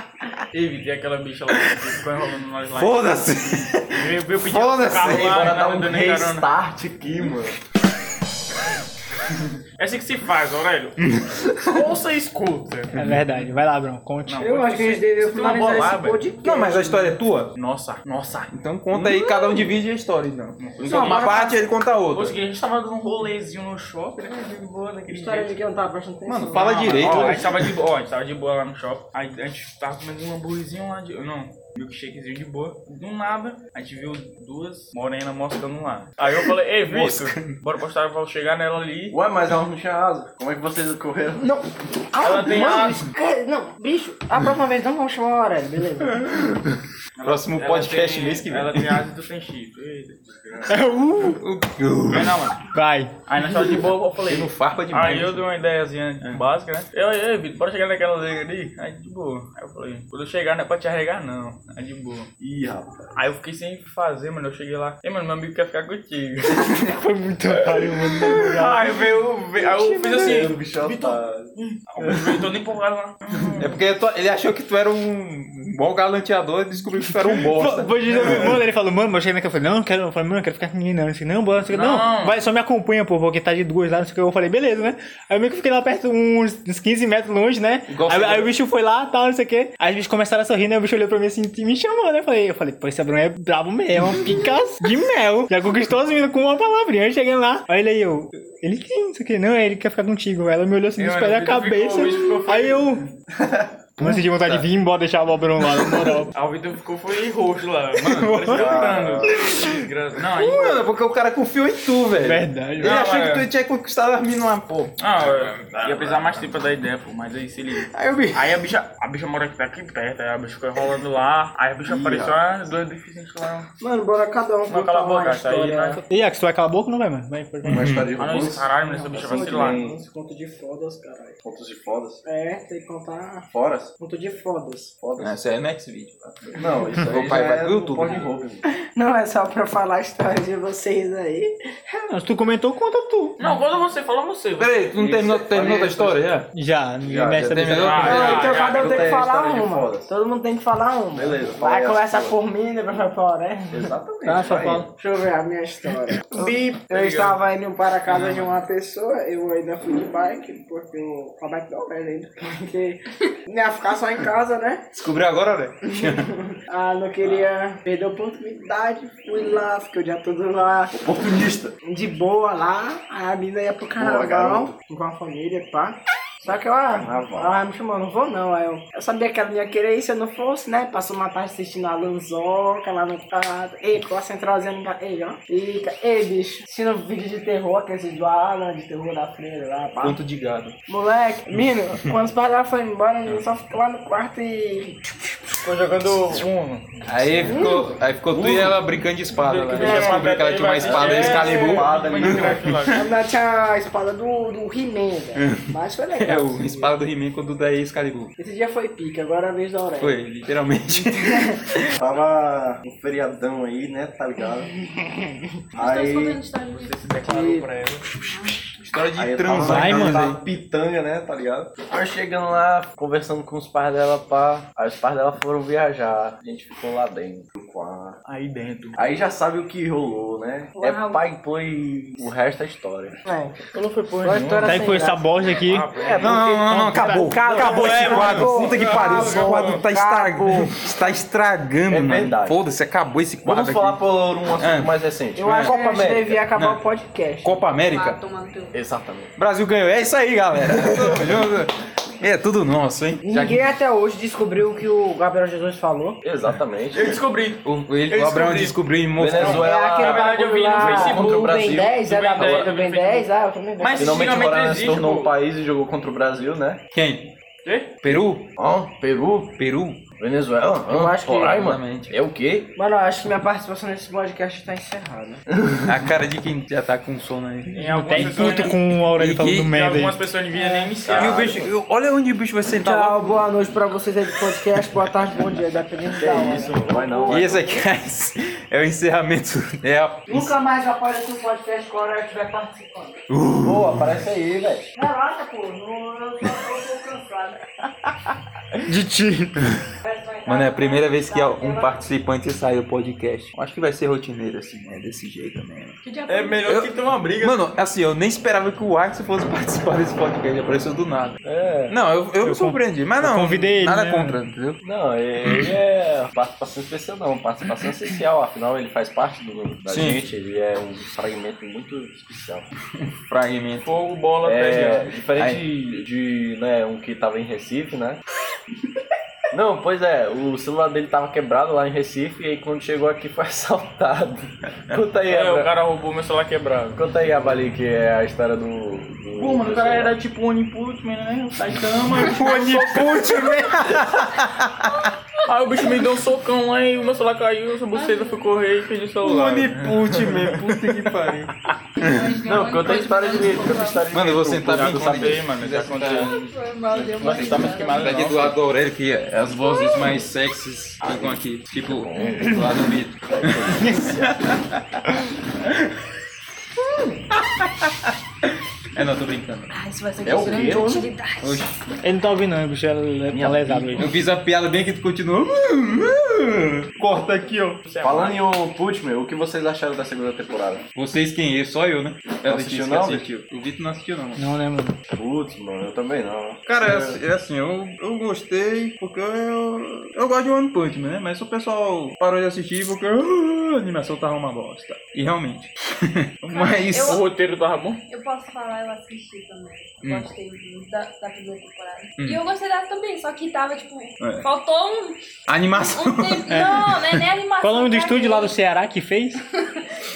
Teve, tem aquela bicha lá que ficou enrolando nós lá.
Foda-se!
Veio veio pedir um
Foda-se!
carro lá,
Bora dar
ela
um
não deu
é
nem carona.
restart aqui, mano.
É assim que se faz, Aurélio. Ouça e escuta.
É verdade. Vai lá, Brão, conte.
Eu acho que a gente deveria
tem uma
finalizar
bola,
esse
velho.
podcast.
Não, mas a história é tua?
Nossa, nossa.
Então conta aí, cada um divide a história, então.
Não,
Uma
mas-
parte ele conta a
Hoje
outra.
que a gente tava dando um rolezinho no shopping, né? De boa, daquele
História
jeito.
de que eu não tava prestando atenção.
Mano, fala
Não,
direito. né?
ó, a
velho.
gente tava de boa, ó, a gente tava de boa lá no shopping. Aí a gente tava comendo um hambúrguerzinho lá de. Não, milkshakezinho de boa. Do nada, a gente viu duas morenas moscando lá. Aí eu falei, ei, Vitor, bora postar pra eu chegar nela ali.
Ué, mas ela não tinha asa. Como é que vocês correram?
Não. Ah,
Ela tem
mano,
asa.
esca- Não, bicho, a próxima vez não vamos chamar o horário, beleza.
Próximo
Ela
podcast
tem-
mês que vem.
Ela tem asa do tem chifre. Eita, desgraça.
Uh,
Mas não, mano.
vai.
Aí nós tava de boa, eu falei.
Não farpa demais.
Aí Ah, eu dei uma ideiazinha básica, né? Eu, ei, Vitor, bora chegar naquela liga ali? Aí de boa. Aí eu falei, quando eu chegar não é pra te arregar, não. Aí de boa.
Ih, rapaz.
Aí eu fiquei sem o que fazer, mano. Eu cheguei lá. Ei, mano, meu amigo quer ficar contigo.
Foi muito otário, mano.
aí veio, veio, aí eu fiz assim.
O bicho tá...
Eu tô nem empolgado lá.
É porque tu- ele achou que tu era um bom galanteador e descobriu que tu era um bosta.
Depois de- mano, ele falou, mano, eu cheguei naquela, eu falei, não, não quero, eu falei, mano, eu quero ficar com ninguém, não. Ele disse, não, bora, não, sei o que. não,
Não.
vai, só me acompanha, pô, porque tá de duas lá, não sei o que. Eu falei, beleza, né? Aí eu meio que fiquei lá perto, uns, uns 15 metros longe, né?
Igual
Aí,
você-
aí o bicho foi lá, tal, não sei o que. Aí os bichos começaram a sorrir, né? O bicho olhou pra mim assim, e me chamou, né? Eu falei, eu falei, pô, esse Abrão é brabo mesmo, pica de mel. Já conquistou as meninas com uma palavrinha, aí chegando lá. Aí ele aí, eu, ele quem, não sei o que, não, ele quer ficar contigo. Ela me olhou assim,
Eu,
dos pés da
o bicho ficou-
cabeça.
o bicho ficou
Aí eu... Mano, senti vontade de vir embora, deixar o Abrão lá, na moral.
Aí o Vitor ficou foi roxo lá, mano. Parece que Desgraça. Não, aí.
Mano, é porque o cara confiou em tu,
É
velho.
Verdade,
Ele
Não,
achou
mas-
que tu tinha conquistado as minas lá, pô.
Ah, eu ia precisar mais tempo pra dar ideia, pô, mas aí se liga.
Aí eu vi.
Aí a bicha, a bicha mora aqui tá aqui perto, aí a bicha ficou rolando lá, aí a bicha apareceu, ah, duas deficientes lá.
Mano, bora cada um
Não, cala a
uma
boca, tá aí,
história.
né?
E Iax, é tu vai calar a boca ou não vai, mano? Vai, pode.
Uma história é tá de
Ah, não, esse
robôs.
caralho, mas essa bicha vai se lá.
Uns contos de fodas, caralho.
Pontos de fodas.
É, tem que contar
Foras?
conto de fodas.
Fodas.
Isso aí é next vídeo.
Não, isso aí
Meu pai né?
já
vai
é
pro
do
YouTube.
Pornhub, mano.
Não é só pra falar a história de vocês aí.
É, Não, se tu comentou, conta tu.
Não, quando você fala você. você.
Peraí, tu não
Isso,
terminou,
falei
terminou tua
isso.
história já?
Já,
Já,
ninguém
já
mexe tá essa
terminou?
besteira.
Ah,
Não,
já,
então
já,
cada um
eu
tem que
tenho a
falar
história de
uma.
fodas.
Todo mundo tem que falar uma.
Beleza, fala aí
Vai
as
começar
fodas.
por mim, depois vai pra Aurélio.
Exatamente.
Ah, só
vai.
fala.
Deixa eu ver a minha história. Bip, eu estava indo para a casa
Uhum.
de uma pessoa, eu ainda fui de bike, porque o a bike da Aurélia ainda, porque não ia ficar só em casa, né?
Descobriu agora, velho?
Ah, não queria perder a oportunidade, fui lá, fiquei o dia todo lá,
Oportunista.
de boa lá, aí a mina ia pro carnaval, com a família, pá. Só que ela,
Carnaval.
ela me chamou, não vou não. Aí eu, eu sabia que ela não ia querer ir se eu não fosse, né? Passou uma tarde assistindo a Lanzoca lá no prato. Ei, com a centralzinha no prato. Ei, ó. Eita, ei, bicho. Assistindo um vídeo de terror, aqueles do Alan, de terror da freira lá, pá.
Ponto de gado.
Moleque, menino, quando os pais dela foram embora, eu só ficou lá no quarto e...
Ficou jogando Uno.
Aí ficou, aí ficou tu e ela brincando de espada, né? Já descobriu que ela tinha uma espada Excalibur.
Espada,
Na verdade tinha a espada do, do He-Man, velho. Mas foi
É,
legal.
o espada do He-Man quando daí é Excalibur.
Esse dia foi pique, agora é a vez da Aurélia.
Foi, literalmente.
Tava um feriadão aí, né? Tá ligado?
tá
Aí.
Você se declarou pra ela.
História
Aí
de
eu tava
transar,
Vai,
na
mano.
casa
mano.
da pitanga, né, tá ligado? Aí chegando lá, conversando com os pais dela, pá. Aí os pais dela foram viajar. A gente ficou lá dentro, no quarto.
Aí dentro.
Aí já sabe o que rolou, né? É
Uau.
pai play o resto é história.
É. Eu não fui porra.
Tá aí
né?
com essa bosta aqui.
É,
Não, não, não, não, acabou.
Acabou,
Acabou esse
acabou,
quadro.
acabou,
Puta que pariu, esse
acabou,
quadro tá
acabou.
estragando. Está estragando,
É
mano.
verdade.
Foda-se, acabou esse
Vamos
quadro
falar
aqui.
por um assunto
É.
mais recente.
Eu acho que
Copa
a gente
América.
devia acabar
Não.
o podcast.
Copa América.
Exatamente.
Brasil ganhou. É isso aí, galera. Tamo junto. É tudo nosso, hein? Já que
Ninguém até hoje descobriu o que o Gabriel Jesus falou.
Exatamente.
Eu descobri.
o, ele, o Abraão descobriu e mostrou.
Venezuela.
é aquele
na
verdade, eu vi no
bagulho lá, do
Facebook
do
Ben
Brasil.
10, é
Do
da
Ben 10,
bola do Ben 10, ah, eu também gosto.
Mas
Finalmente o
finalmente
Guaraná se
existe,
tornou
pô.
um país e jogou contra o Brasil, né?
Quem?
Quê?
Peru?
Ó, Peru,
Peru?
Venezuela,
Eu
ah,
acho que-
Roraima.
Exatamente.
É o quê?
Mano, eu acho que minha participação nesse podcast tá encerrada.
A cara de quem já tá com sono aí.
Em algumas
Tem
pessoas
tá
tá
puto
nem-
com o Aurélio
E-
falando
e-
em
merda
algumas
aí.
pessoas não vinham nem me
E
seguir.
o bicho, eu- olha onde o bicho vai sentar
Tchau, boa noite pra vocês aí do podcast. Boa tarde, bom dia, dependendo da hora.
Vai É não.
logo. E esse aqui é o encerramento. É a...
Nunca mais aparece um podcast que o Aurélio estiver participando.
Pô, aparece aí, velho.
Relaxa, pô. Não, eu só tô cansado.
De ti.
Mano, é a primeira vez que um participante sai do podcast. Acho que vai ser rotineiro assim, né? Desse jeito mesmo.
É melhor que ter uma briga.
Mano, assim, eu nem esperava que o Axel fosse participar desse podcast. Apareceu do nada.
É.
Não, eu, eu, me surpreendi. Mas não,
convidei ele,
nada
né?
contra, entendeu?
Não, ele é participação especial não, participação essencial, afinal ele faz parte do, da
Sim.
gente, ele é um fragmento muito especial.
Fragmento.
Fogo, bola,
É,
terra.
diferente de, de, né, um que tava em Recife, né? Não, pois é, o celular dele tava quebrado lá em Recife e aí quando chegou aqui foi assaltado. Conta aí,
É, o
Abra-
cara roubou meu celular quebrado.
Conta aí, Abali, que é a história do. do
Pô, mano,
do
o cara
celular.
era tipo um Oniputman, né? O Saitama. Aí o bicho me deu um socão lá e o meu celular caiu, sua buceta foi correr e perdi o celular.
Oniput, meu. Puta que pariu.
Não, conta a história de. Conta a história de.
Mano, eu vou sentar
Já
bem
contei, mano, já contei. Você tá mais queimado,
Aqui do
não.
lado da orelha que as vozes mais sexys ficam aqui. Tipo, do lado do mito. É, não, tô brincando.
Ah, isso vai ser
É
de
o
grande
quê, homem?
utilidade.
Ele não tá ouvindo, não, o bicho é- tá lesado hoje.
Eu fiz a piada bem que tu continua. Corta aqui, ó.
Falando em um Putman, o que vocês acharam da segunda temporada?
Vocês quem? Eu, só eu, né? Ela disse
assistiu
que
não,
assistiu. O Vitor não assistiu, não.
Não, né, mano?
Putz, mano, eu também não.
Cara, é assim- é assim, eu, eu gostei porque eu, eu gosto de One Punch Man, né? Mas o pessoal parou de assistir porque ah, a animação tava uma bosta. E realmente. Mas.
O roteiro tava bom?
Eu posso falar, eu assisti também.
Hum.
Eu Gostei muito da, da primeira temporada. E eu gostei dela também, só que tava, tipo,
É.
faltou um, um
A animação.
tempo. Não, né? Nem animação.
Qual é o nome do
pra
estúdio lá do
mim.
Ceará que fez?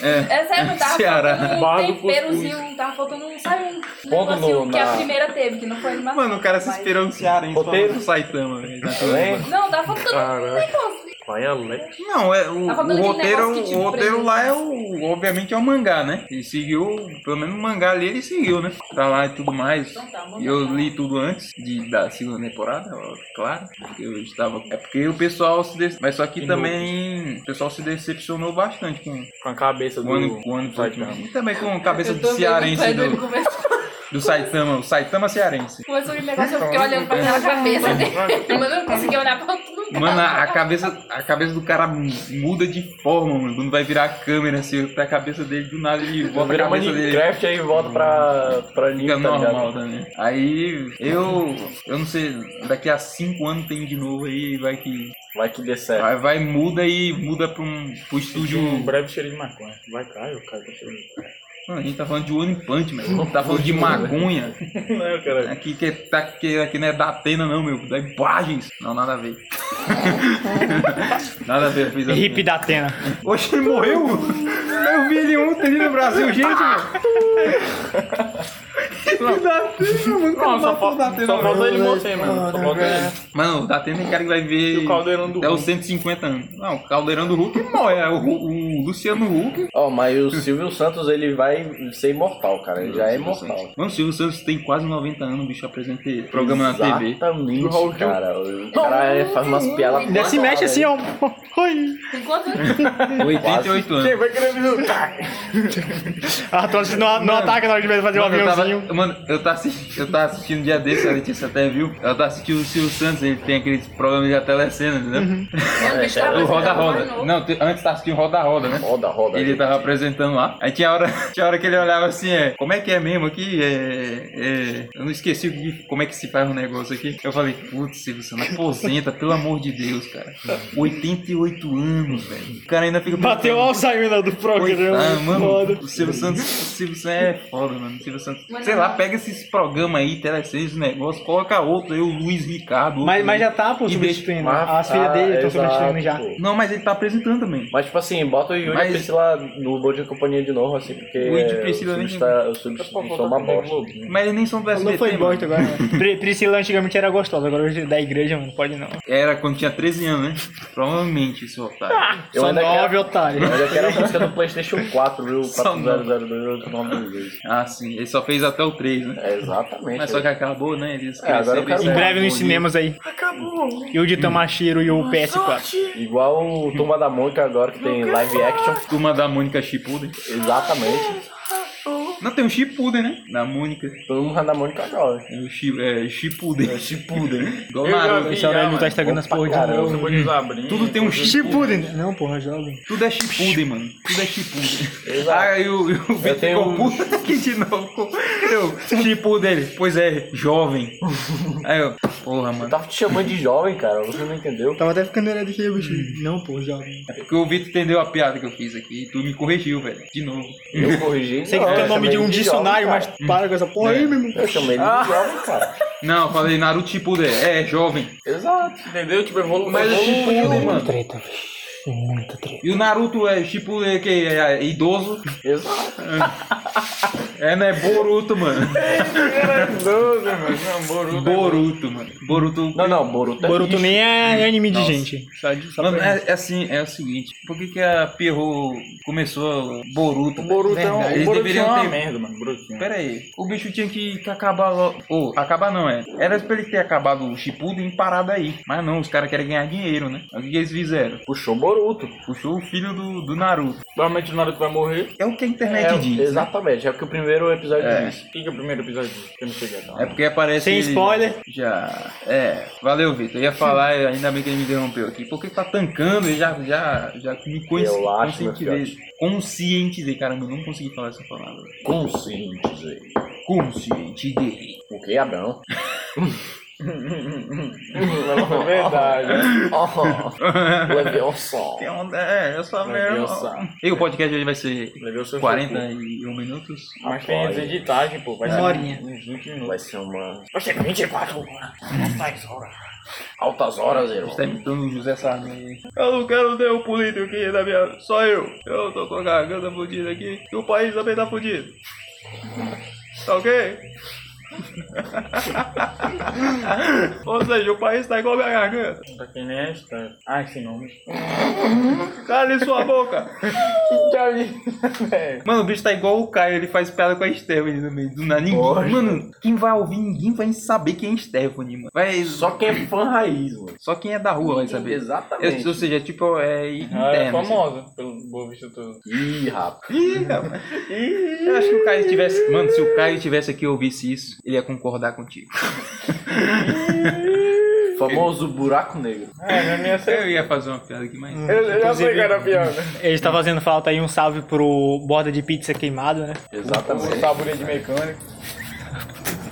É.
É sério, tava
Ceará.
faltando
Barra
um
do
temperozinho, tava faltando um, sabe, um
Ponto
negocinho
no-
que
na-
a primeira teve, que não foi animação.
Mano, o cara se
mas-
esperando cearense
Roteiro?
falando do Saitama, né? velho.
Lembra?
Não, tava faltando um negócio.
Vai além.
Não, é, o,
Tá faltando
o
aquele
roteiro, é um-
negócio que te
o roteiro
prende.
lá é o. Obviamente é o mangá, né? Ele seguiu, pelo menos o mangá ali ele seguiu, né? Tá lá e tudo mais.
Então tá, vamos
E eu
lá.
li tudo antes de, da segunda temporada, ó, claro. Porque eu estava. É porque o pessoal se. dece- Mas só que também. O pessoal se decepcionou bastante com
Com a cabeça do.
o ano. Com o ano
Saitama.
e também com a cabeça
Eu
do
também,
cearense,
quando ele
do,
começou-
do Saitama, o Saitama cearense.
Começou aquele negócio, eu fiquei olhando pra aquela cabeça dele. Mano, eu não conseguia olhar pra tudo.
Mano, a a cabeça, a cabeça do cara muda de forma, mano. Quando vai virar a câmera, assim, pra cabeça dele, do nada ele volta a
Vira
cabeça dele.
Minecraft aí e volta pra, pra anime,
Fica
tá
normal
ligado?
também. Aí eu. Eu não sei, daqui a cinco anos tem de novo aí, vai que.
Vai que dê certo.
Vai, vai, muda e muda pra um, pro estúdio.
Um breve cheiro de maconha. Vai, Caio, cara, tá cheirando.
Mano, a gente tá falando de One Punch, mano. Tá falando de maconha.
Não, cara.
Aqui, que, tá, que, aqui não é da Atena, não, meu. Da Imagens. Não, nada a ver. nada a ver, eu fiz a-
Hip da Atena.
Oxe, ele morreu? É Eu vi ele ontem ali no Brasil, gente, mano. Não.
Não, só falta
né?
só falta ele morrer, mano. Só falta ele.
Mano, dá tempo tem cara que vai
E
ver.
o caldeirão do
É os
Hulk?
150 anos. Não, o caldeirão do Hulk morre. É o, Hu- o Luciano Huck.
Ó, mas o Silvio Santos, ele vai ser imortal, cara. Ele já é imortal.
Mano, o Silvio Santos tem quase 90 anos, o bicho apresenta programa na TV.
Exatamente, cara. O cara é- faz umas piadas.
Ainda se mexe assim, ó. Oi.
Enquanto
88 anos.
A Atlântica Ah, assim, não, não ataca na hora de fazer um
Mano, eu tava,
aviãozinho.
mano, eu tava assistindo, eu tava assistindo um dia desse, a Letícia até viu. Ela tá assistindo o Silvio Santos, ele tem aqueles programas de telecena, né?
Uhum.
o bicho tava
O é, Roda
apresentando mais
Roda.
novo. né?
Não, te- antes tava assistindo Roda Roda, né?
Roda, roda.
Ele tava apresentando lá. Aí tinha hora, tinha hora que ele olhava assim, é, como é que é mesmo aqui? É, é, eu não esqueci o que- como é que se faz um negócio aqui. Eu falei, putz, Silvio Santos, aposenta, pelo amor de Deus, cara. 88 anos, velho. O cara ainda fica...
Bateu o
pensando,
Alzheimer do programa.
Coitado, mano,
é Foda.
o Silvio Santos, o Silvio Santos é foda, mano. O Silvio Santos,
Mano,
sei lá,
não.
pega esses programas aí, telecena, esse negócio, coloca outro aí, o Luiz Ricardo. outro
Mas, mas
aí.
já tá, pô,
E deixa-
substituindo.
Ah,
As filhas dele estão substituindo já.
Não, mas ele tá apresentando também.
tipo. Mas, tipo assim, bota o Yuri
Mas-
e a Priscila no Bom de Companhia de novo, assim, porque
O Yuri e
é,
Priscila nem-
substitui- o substituto são uma bosta.
Mas eles nem são do SBT,
Não foi
mano.
bosta agora, né? mano. Pri- Priscila antigamente era gostosa, agora hoje é da igreja, mano. Pode não.
Era quando tinha 13 anos, né? Provavelmente, tá. seu otário.
Eu
Só
ainda
nove, otário.
Eu já quero a música do Playstation 4, viu?
Só
4002, o nome do jogo.
Ah, sim. Ele só fez até o 3, né?
É, exatamente.
Mas só que acabou, né? Eles
É, agora eu quero
Em
ver.
breve nos cinemas aí. Acabou. E o de Tamashiro e o PS4.
Igual o Turma da Mônica agora que tem live action.
Turma da Mônica Chipuden.
Exatamente.
Não, tem um Chipuden, né? Da Mônica.
Turma da Mônica agora.
É o Chi, é, Chipuden. É Chipuden. Igual
Eu já
Naruto.
vi.
Esse horário não tá estragando
Opa,
as porra de
caramba.
novo.
Eu vou desabrir.
Tudo tem um Chipuden.
Shippuden. Não, porra, joga.
Tudo é Chipuden, mano. Tudo é Chipuden.
Exato.
Ah, eu, eu, vi
Eu tenho
ficou
um-
puto aqui de novo. Eu, Chipuden. Ele, Pois é, jovem. Aí eu, porra,
Eu
mano.
tava te chamando de jovem, cara. Você não entendeu?
Tava até ficando olhando aqui, bicho. Não, porra, joga.
Porque É o Vitor entendeu a piada que eu fiz aqui e tu me corrigiu, velho. De novo.
Eu corrigi.
Sei que
não,
tem
eu
o nome
chamei
de um
ele
dicionário,
jovem,
mas
cara. É.
para com essa porra aí, meu irmão.
Ah,
Eu chamei ele de jovem, cara.
Não, eu falei Naruto Shippuden. É, jovem.
Exato. Entendeu? Tipo, evoluiu.
Mas é Shippuden,
Muito
mano.
treta, vixi, Muito treta.
E o Naruto é Shippuden, que é, é idoso.
Exato. É,
É, né? Boruto, mano.
Era doido, mano. Não, Boruto. é
Boruto, mano. Boruto...
Não, não, Boruto é
Boruto nem é anime de gente. Só de, só
Mano,
pra-
é, é assim, é o seguinte, por que, que a Pierrot começou Boruto?
O Boruto é um.
Verdade.
O
Eles
Boruto é
deveriam
uma
ter-
merda, mano. Borutinho.
Pera aí, o bicho tinha que, que acabar logo. Ou, acabar não, é. Era pra ele ter acabado o Shippuden e parado aí. Mas não, os caras querem ganhar dinheiro, né? Aí O que, que eles fizeram?
Puxou o Boruto.
Puxou o filho do, do Naruto.
Provavelmente o Naruto vai morrer.
É o que a internet
É,
diz. né?
Exatamente, é porque o primeiro episódio
É.
diz.
O que que é o primeiro episódio disso? Que eu não cheguei a dar.
É porque aparece.
Sem spoiler.
Já. É. Valeu, Vitor. Eu ia falar, ainda bem que ele me interrompeu aqui. Porque tá tancando e já, já, já me consci...
Eu acho, meu
conscientizei. Conscientizei, caramba, eu não consegui falar essa palavra.
Conscientizei.
Conscientizei.
O que, Abraão?
É verdade.
Oh, Leviosa.
Que onda é essa mesmo?
Leviosa.
E o podcast hoje vai ser
Levei o
é um
seu
41 minutos?
Mas tem as editagens, pô.
É.
Vai ser
Uma horinha.
uns 20 minutos.
Vai ser uma...
Vai ser 24 horas. Nossa, horas.
Altas horas, irmão.
Está imitando o José Sarney.
Eu não quero ter um político aqui da minha. Só eu. Eu tô com a garganta fodida aqui. E o país também tá fodido. Tá ok? Ou seja, o país tá igual a minha garganta. Tá que nem esta. Ah, esse nome. Cale sua boca!
Mano, o bicho tá igual o Caio, ele faz piada com a Stephanie no meio do nada. Ninguém, mano, quem vai ouvir, ninguém vai saber quem é Stephanie, mano. Vai, só,
Só quem é fã raiz, mano.
quem é da rua vai saber.
Exatamente.
Eu- ou seja, é tipo, é
Ah, é
interno. assim.
famosa, pelo boa vista todo.
Ih, rapaz.
Ih, rapaz. Eu acho que o Caio tivesse. Mano, se o Caio tivesse aqui e ouvisse isso, ele ia concordar contigo.
Famoso buraco negro.
É, não ia
Eu ia fazer uma piada aqui, mas.
Eu já sei que era pior,
Ele está fazendo falta aí um salve pro borda de pizza queimado, né?
O
Exatamente.
sabonete mecânico.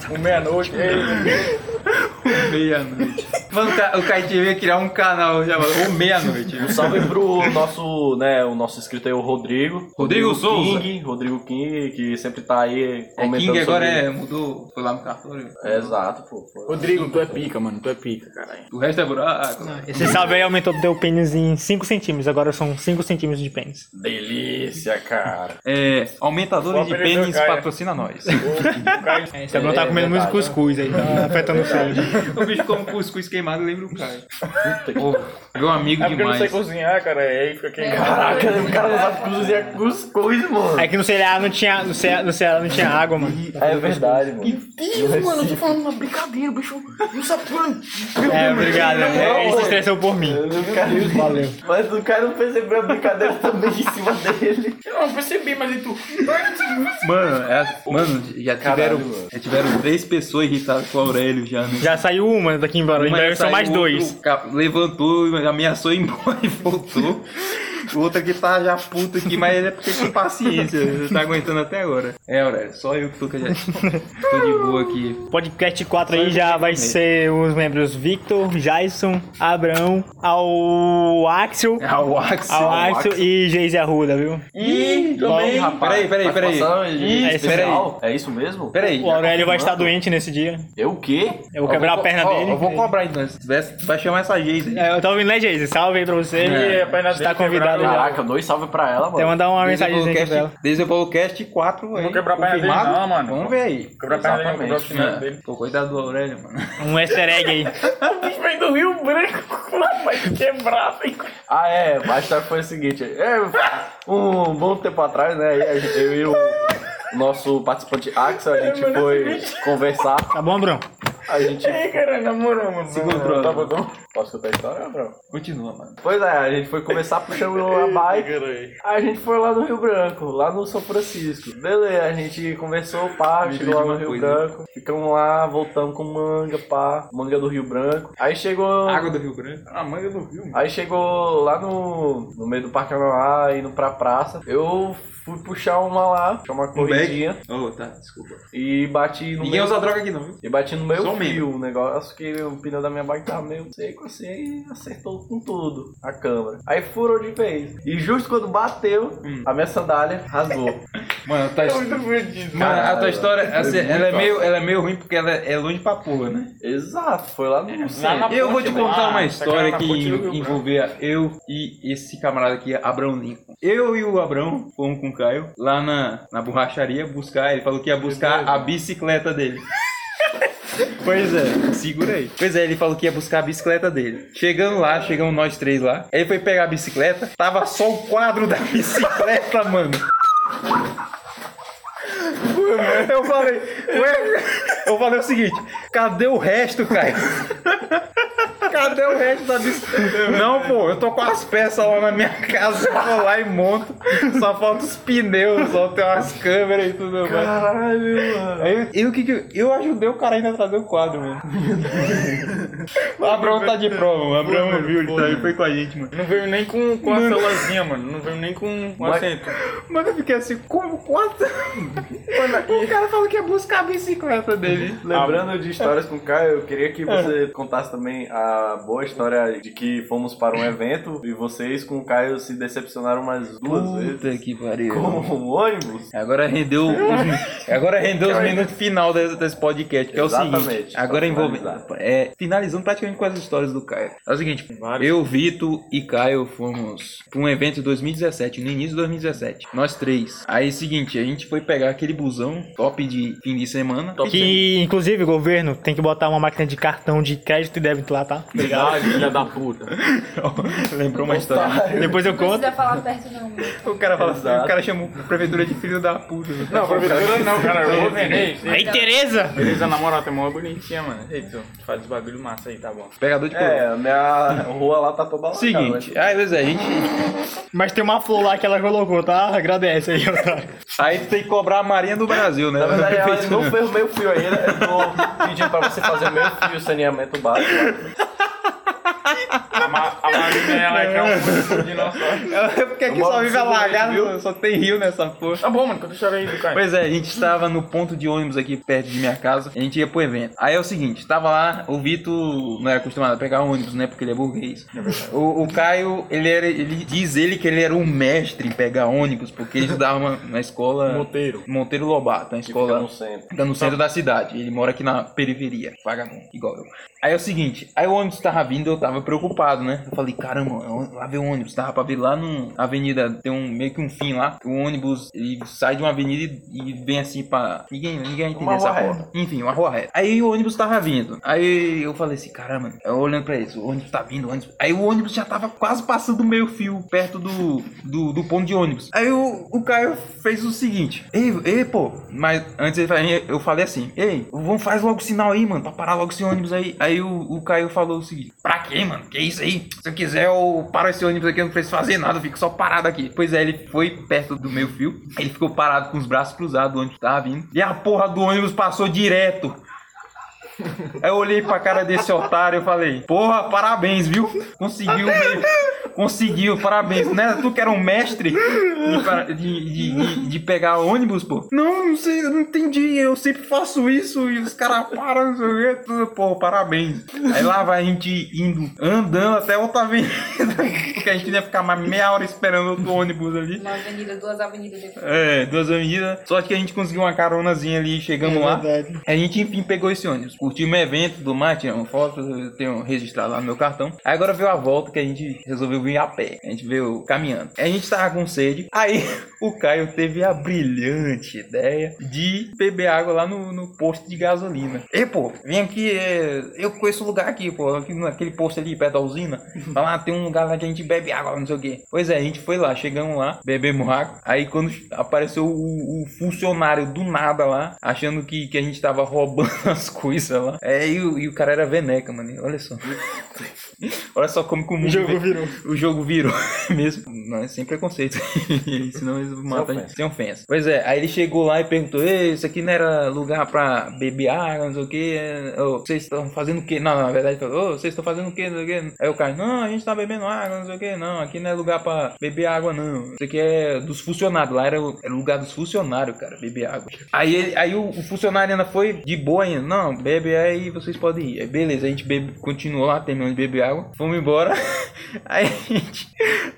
O meia-noite. Ei,
Meia-noite. Mano, o Ca- o Caio devia criar um canal já, mano. Ou meia-noite. né?
Um salve pro nosso, né, o nosso inscrito aí, o Rodrigo.
Rodrigo Souza.
King, Rodrigo King, que sempre tá aí
É
comentando
King agora
sobre-
é, mudou, foi lá no cartório.
É, Exato, pô. pô.
Rodrigo, tu é pica, mano. Tu é pica, caralho.
O resto é buraco.
Esse salve aí aumentou o teu pênis em 5 centímetros, agora são 5 centímetros de pênis.
Delícia, cara.
É, aumentadores de
Só aprendeu,
pênis
Caio.
patrocina nós.
O Caio
É, Esse Abrão tá comendo muito
né?
cuscuz aí, tá afetando o sangue.
o bicho come cuscuz queimado lembra o Caio. Ô, meu amigo
É porque eu não sei
demais.
cozinhar, cara. Aí fica queimado.
Caraca, o cara não sabe cozinhar cuscuz, mano.
É que no Ceará não tinha, no Ceará, no Ceará não tinha água, mano.
É verdade, mano.
Deus, mano, eu tô falando uma brincadeira, bicho. Não sabe
É, obrigado. É, ele se estressou por mim. Valeu.
Mas o cara não percebeu a brincadeira também em cima dele.
Eu não percebi, mas e tu?
Mano, é- mano, já tiveram, já tiveram três pessoas irritadas com o Aurélio já, né?
Já saiu uma daqui em Barulho, em
Uma
breve são
saiu,
mais
outro
dois.
ca- Levantou, ameaçou ir embora e voltou. O outro aqui tá já puto aqui, mas é porque tem paciência, ele tá aguentando até agora. É, Aurélio, só eu que tô, que já... tô de boa aqui.
Podcast 4 aí já vai ser os membros Victor, Jason, Abrão, ao Axel,
É o Axel.
ao Axel e Geise Arruda, viu?
Ih, também. Peraí, peraí, peraí.
é
Ih,
especial?
especial? É isso mesmo?
Peraí.
O Aurélio vai estar doente nesse dia.
Eu o quê?
Eu vou quebrar a perna
Ó,
dele.
Eu vou cobrar então. Se tivesse, vai chamar essa Geise. aí.
É, eu tô ouvindo, né, Geise? Salve aí pra você.
É, a perna
Você tá
dele
convidado
quebrada.
já.
Caraca, dois salve pra ela,
Até
mano.
mandar uma mensagenzinha aqui pra ela.
Desenvolcast, Desenvolcast 4 aí.
Vou quebrar a perna dele,
confirmado?
não, mano.
Vamos ver aí.
Quebrar a perna dele, quebrar o chinelo
né?
dele.
É. Pô, coitado do Aurélio, mano.
Um easter egg aí.
Vem do Rio Branco, lá vai quebrar. tem que-
Ah, é, a história foi a seguinte. É, um bom tempo atrás, né, eu e o nosso participante Axel, a gente foi conversar.
Tá bom, Bruno?
A gente...
Ei, cara, na moral, mano.
controla.
Tá bom, tá bom.
Posso contar a história, Abraão?
Continua, mano.
Pois é, a gente foi conversar, puxando a bike. Aí a gente foi lá no Rio Branco, lá no São Francisco. Beleza, a gente conversou, pá,
Me
chegou lá
lembro
no
de
Rio
uma coisa.
Branco. Ficamos lá, voltamos com manga, pá, manga do Rio Branco. Aí chegou.
Água do Rio Grande.
A manga do Rio, mano.
Aí chegou lá no, no meio do Parque Amauá, indo pra praça. Eu fui puxar
Um
uma lá, puxar uma corridinha.
Oh, tá, desculpa.
E bati no
Ninguém
meio.
usa droga aqui não, viu?
E bati no meio
Só um
fio, um negócio que o pneu da minha bike tava meio seco assim, aí acertou com tudo a câmera. Aí furou de vez. E justo quando bateu, a minha sandália rasgou.
Hum. Mano, a tua, Mano, a tua história, assim, ela, é meio, ela é meio ruim porque ela é longe pra porra, né?
Exato, foi lá no centro.
Eu vou te contar uma história que envolvia eu e esse camarada aqui, Abrão Lincoln. Eu e o Abrão fomos com o Caio lá na, na borracharia buscar. Ele falou que ia buscar a bicicleta dele. Pois é, segura aí. Pois é, ele falou que ia buscar a bicicleta dele. Chegando lá, chegamos nós três lá. Ele foi pegar a bicicleta, tava só o quadro da bicicleta, mano. Eu falei, ué, eu falei o seguinte: cadê o resto, cara? Cadê o resto da bicicleta? Não, pô, eu tô com as peças lá na minha casa, eu vou lá e monto. Só falta os pneus, só tem umas câmeras e tudo mais. Caralho, mano. Aí, eu, que que- eu ajudei o cara ainda a trazer o quadro, mano. O Abrão tá de prova, mano. O Abrão viu, ele tá aí, foi com a gente, mano.
Não veio nem com, com a celazinha, mano. Não veio nem com o acento.
Mano, eu fiquei assim, como? Quanto? O cara falou que ia buscar a bicicleta dele.
Lembrando de histórias com o Caio, eu queria
É.
que você contasse também a boa história de que fomos para um evento e vocês com o Caio se decepcionaram umas duas vezes
Puta que pariu.
com o ônibus.
Agora rendeu, os- agora rendeu os minutos final desse, desse podcast, que é o
Exatamente,
seguinte.
pra
Agora envolvendo,
finalizar.
é, finalizando praticamente com as histórias do Caio. É o seguinte, eu, Vitor e Caio fomos para um evento em 2017, no início de 2017. Nós três. Aí, é seguinte, a gente foi pegar aquele busão top de fim de semana.
Que, inclusive, governo tem que botar uma máquina de cartão de crédito e débito lá, tá?
Obrigado, filha da puta.
Lembrou uma história.
Depois eu
Não
conto.
precisa falar perto, não. mano.
O cara fala assim, o cara chamou a prefeitura de filho da puta.
Não, professora não, cara. Eu venei.
Aí, Tereza!
Beleza, na moral, tem uma bonitinha, mano. Ei, tu faz os bagulho massa aí, tá bom.
Pegador de coroa.
É, a minha rua lá tá toda lá.
Seguinte, aí, pois é, a gente
Mas tem uma flor lá que ela colocou, tá? Agradece aí, tá? otário.
Aí tu tem que cobrar a Marinha do Brasil, né?
Na verdade, ela não fez o meio fio ainda. Eu tô pedindo pra você fazer o meio fio, saneamento básico. né?
A, ma a Marina, ela é que é um dinossauro.
é Porque aqui só vive alagado, só tem rio nessa porra.
Tá bom, mano, quanto chora aí do cara?
Pois é, a gente estava no ponto de ônibus aqui perto de minha casa. A gente ia pro evento. Aí é o seguinte, tava lá, o Vitor não é acostumado a pegar ônibus, né? Porque ele é burguês. O, o Caio, ele era. Ele diz ele que ele era um mestre em pegar ônibus, porque ele estudava uma- na escola.
Monteiro.
Monteiro Lobato, na escola.
Não sei.
Tá no centro da cidade. Ele mora aqui na periferia. Vagabundo, igual eu. Aí é o seguinte, aí o ônibus tava vindo, eu tava preocupado, né? Eu falei, caramba, é ô- lá vem o ônibus. Tava pra ver lá no na avenida, tem um meio que um fim lá. O ônibus, ele sai de uma avenida e, e vem assim pra... Ninguém, ninguém entende essa
rua
porra. Enfim, uma rua reta. Aí o ônibus tava vindo. Aí eu falei assim, caramba, eu olhando pra isso, o ônibus tá vindo, o ônibus... Aí o ônibus já tava quase passando o meio fio, perto do, do, do ponto de ônibus. Aí o, o Caio fez o seguinte, ei, ei, pô, mas antes ele falou, eu falei assim, ei, vamos faz logo o sinal aí, mano, pra parar logo esse ônibus aí. Aí o, o Caio falou o seguinte, pra quê, mano? Que isso aí? Se eu quiser, eu paro esse ônibus aqui, eu não preciso fazer nada, eu fico só parado aqui. Pois é, ele foi perto do meio fio, ele ficou parado com os braços cruzados onde tava vindo. E a porra do ônibus passou direto. Aí eu olhei pra cara desse otário e falei, porra, parabéns, viu? Conseguiu, velho. Conseguiu, parabéns. Não era tu que era um mestre de, pa- de, de- de- de pegar ônibus, pô? Não, não sei, eu não entendi. Eu sempre faço isso e os caras param, não sei o quê, tudo, Pô, parabéns. Aí lá vai a gente indo, andando até outra avenida. Porque a gente ia ficar mais meia hora esperando outro ônibus ali.
Uma avenida, duas avenidas depois.
É, duas avenidas. Sorte que a gente conseguiu uma caronazinha ali,
É, né?
chegamos lá.
verdade.
A gente, enfim, pegou esse ônibus. Curtimos o evento do mar, tiramos fotos, eu tenho registrado lá no meu cartão. Aí agora veio a volta que a gente resolveu vir a pé. A gente veio caminhando. A gente tava com sede. Aí o Caio teve a brilhante ideia de beber água lá no, no posto de gasolina. E, pô, vem aqui, é, eu conheço o lugar aqui, pô, aqui naquele posto ali perto da usina.
Uhum.
Tá lá, tem um lugar lá que a gente bebe água, não sei o quê. Pois é, a gente foi lá, chegamos lá, bebemos água. Aí quando apareceu o, o funcionário do nada lá, achando que, que a gente tava roubando as coisas lá. É, e, o- e o cara era veneca, mano. Olha só. Olha só como que o mundo.
O jogo
vem-
virou.
o o jogo virou mesmo. Não, é sem preconceito. Senão eles matam a gente. Sem ofensa. Pois é, aí ele chegou lá e perguntou: Ei, isso aqui não era lugar pra beber água, não sei o que. Vocês estão fazendo o quê? Não, na verdade, ele falou: "Ô, vocês estão fazendo o quê? Não sei o quê. Aí o cara: Não, a gente tá bebendo água, não sei o que. Não, aqui não é lugar pra beber água, não. Isso aqui é dos funcionários. Lá era o, era o lugar dos funcionários, cara, beber água. Aí, ele- aí o, o funcionário ainda foi de boa ainda. Não, bebe aí, vocês podem ir. Aí beleza, a gente bebe, continuou lá, terminou de beber água. Fomos embora. Aí, a gente-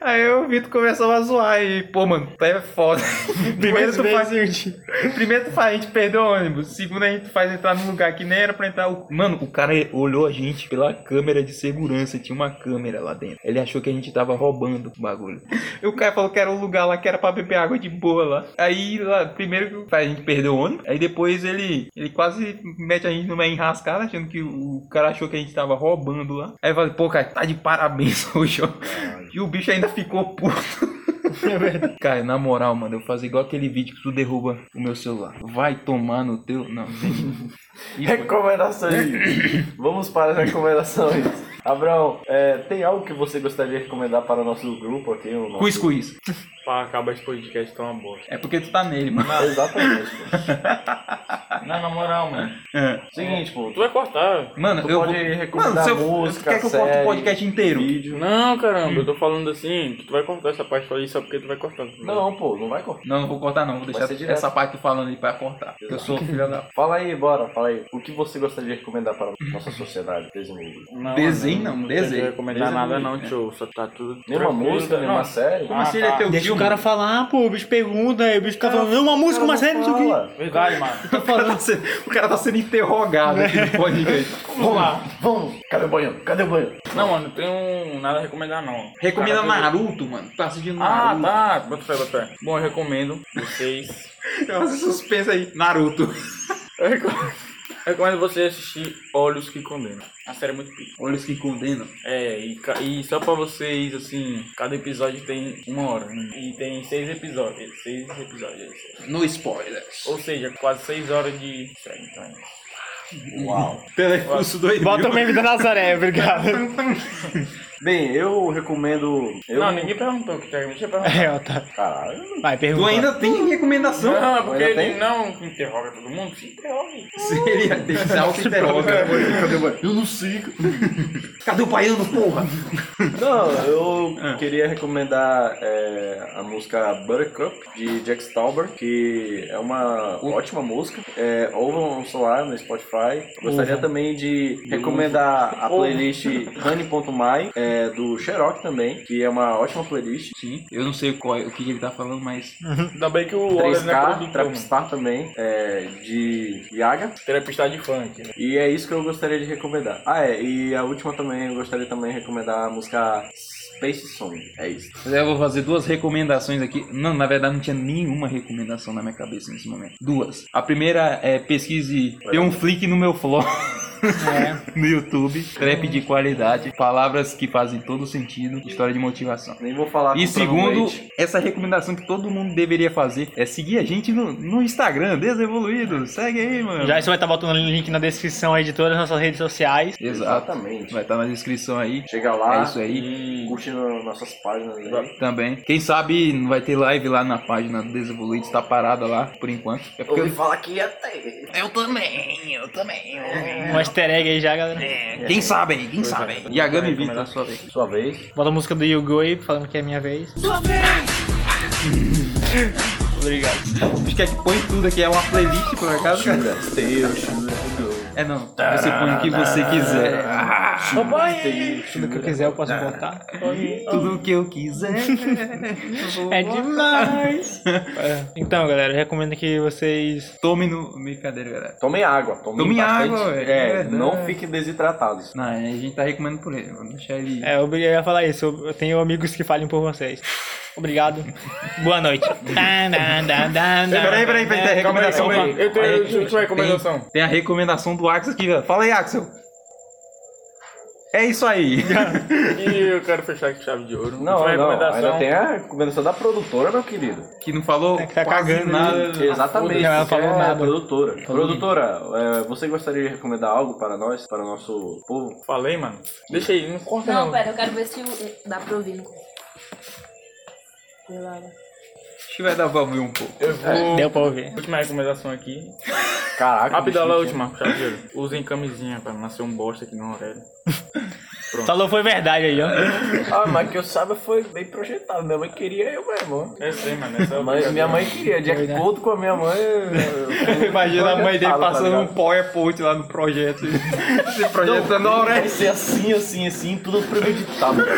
aí o Vitor começou a zoar e, pô, mano, tá é foda. Primeiro tu, faz, primeiro tu faz, a gente perdeu o ônibus. Segundo, a gente faz entrar num lugar que nem era pra entrar. O- Mano, o cara olhou a gente pela câmera de segurança, tinha uma câmera lá dentro. Ele achou que a gente tava roubando o bagulho. E o cara falou que era um lugar lá que era pra beber água de boa lá. Aí, lá, primeiro que a gente perdeu o ônibus. Aí depois ele, ele quase mete a gente numa enrascada, achando que o cara achou que a gente tava roubando lá. Aí eu falei, pô, cara, tá de parabéns hoje, ó. E o bicho ainda ficou puto. Cara, na moral, mano, eu faço igual aquele vídeo que tu derruba o meu celular. Vai tomar no teu. Não,
Recomendações. Vamos para as recomendações. Abraão, é, tem algo que você gostaria de recomendar para o nosso grupo aqui? O nosso...
cuscuz.
Pá, acaba esse podcast tão uma bosta.
É porque tu tá nele, mano.
Exatamente. pô.
Não, na moral, mano.
É.
Seguinte, pô.
Tu vai cortar.
Mano,
Tu
eu
pode
vou...
recomendar
mano, se eu...
música,
quer que eu corte o
série,
podcast inteiro?
Vídeo.
Não, caramba, eu tô falando assim que tu vai cortar essa parte aí só é porque tu vai cortar.
Não, pô, não vai cortar.
Não, não vou cortar não. Vou deixar
ser direto.
essa parte tu falando aí pra cortar. porque Eu sou um filho da...
Fala aí, bora, fala aí. O que você gostaria de recomendar para a nossa sociedade, teus amigos?
não
Desenho, não,
Não
desenho.
vou recomendar
Desenho,
nada, não,
né?
tio. Só tá tudo.
Nenhuma
tranquilo,
música,
tá?
nenhuma
Não.
série?
Ah,
ele é
tá.
teu
Deixa
tio,
o cara
mano.
falar, pô, o bicho pergunta, aí o bicho fica falando, não, uma música, uma série, não sei o quê.
Fala.
Verdade, mano.
O cara tá sendo, o cara tá sendo interrogado aqui no podcast.
Vamos lá, vamos. Cadê o banho? Cadê o banho?
Não, mano, não tenho nada a recomendar, não.
Recomenda
Cara,
Naruto, mano. Tá assistindo
Ah,
Naruto.
tá. Bota fé, bota fé. Bom, eu recomendo vocês.
Eu faço suspense aí. Naruto.
eu recomendo- eu recomendo vocês assistir Olhos que Condenam. A série é muito pica.
Olhos que condenam.
É, e, ca- e só pra vocês, assim, cada episódio tem uma hora. né? E tem seis episódios. Seis episódios. é
No spoilers.
Ou seja, quase seis horas de série. Então é isso.
Telecurso doido.
Bota o meme da Nazaré, obrigado.
Bem, eu recomendo. Eu...
Não, ninguém perguntou o que tem. Deixa eu perguntar.
É, ó, tá.
Caralho.
Vai,
Tu
pergunta.
ainda tem recomendação?
Não, é porque
Ainda
ele
tem?
não interroga todo mundo. Se interroga.
Ele ia ter que dar o que interroga.
Cadê o banho? Eu não sei.
Cadê o baiano, porra?
Não, eu
É.
queria recomendar é, a música Buttercup de Jack Tauber, que é uma ótima música. É, ouvam solar no Spotify. Eu Gostaria também de recomendar a playlist Honey.my é, do Xerox também, que é uma ótima playlist.
Sim, eu não sei qual, é- o que que ele tá falando, mas.
Ainda bem que o Wallace não é
3K,
produtor, mano.
Trapstar também, é, de Yaga.
Terapista de funk. né?
E é isso que eu gostaria de recomendar. Ah, é, e a última também, eu gostaria também de recomendar a música Space Song. É isso.
Eu vou fazer duas recomendações aqui. Não, na verdade não tinha nenhuma recomendação na minha cabeça nesse momento. Duas. A primeira é pesquise. Tem um flick no meu flow. no YouTube, trap de qualidade, palavras que fazem todo sentido, história de motivação.
Nem vou falar
E
comprando
segundo,
leite.
essa recomendação que todo mundo deveria fazer é seguir a gente no, no Instagram, Desevoluído. Segue aí, mano.
Já isso vai estar botando o link na descrição aí de todas as nossas redes sociais.
Exato.
Exatamente.
Vai estar na descrição aí.
Chega lá,
É isso aí.
Hum.
curte no- nossas páginas aí.
Também. Quem sabe não vai ter live lá na página do Desevoluído, está parada lá por enquanto. É porque eu-
falar que ia ter.
Eu também, eu também. É.
Um easter egg aí já, galera.
Quem sabe aí, quem sabe aí. Yagami Vitor, sua vez.
Sua vez.
Bota a música do Yugo aí, falando que é minha vez.
Acho que é que põe tudo aqui, é uma playlist por acaso, cara. É não, você põe o que você quiser.
Tudo que eu quiser eu posso botar.
Tudo que eu quiser.
É demais! É. Então, galera, eu recomendo que vocês.
Tome no. Brincadeira, galera.
Tomem água. Tomem
Tomem
bastante.
água, velho. É
É,
verdade.
não fiquem desidratados.
Não, a gente tá recomendando por ele. Vamos deixar ele.
É, eu obriguei a falar isso. Eu eu tenho amigos que falem por vocês. Obrigado. Boa noite. Peraí,
Peraí, peraí, peraí, tem a recomendação.
Calma aí,
pô.
Eu tenho, eu tenho uma
Tem,
recomendação.
tem a recomendação do Axel aqui, velho. Fala aí, Axel. É isso aí.
E eu quero fechar com chave de ouro.
Não,
Última
não,
recomendação.
ainda tem a recomendação da produtora, meu querido.
Que não falou
que tá
quase
cagando,
Ah,
nada.
Exatamente.
Não, ela
que
falou
é
nada.
a Produtora. produtora, é, você gostaria de recomendar algo para nós, para o nosso povo?
Falei, mano. Deixa aí, não corta
Não,
não.
pera, eu quero ver se o- dá pra ouvir. Sei lá. né?
Acho que vai dar pra ouvir um pouco.
Eu vou...
É, Deu pra ouvir.
Última recomendação aqui.
Caraca.
Rapidão, a
Tá bicho,
última, chave de ouro. Usem camisinha pra não ser um bosta aqui na orelha.
Falou foi verdade aí, ó.
Ah, mas que eu saiba foi bem projetado. Minha mãe queria eu mesmo.
Eu sei, mano. Essa é a
Mas minha
obrigação.
mãe queria. De acordo com a minha mãe. eu- eu-
Imagina a mãe dele
Fala, tá
passando um
ligado?
PowerPoint lá no projeto. Esse projeto tá na orelha.
Vai ser assim, assim, assim, tudo premeditado. tá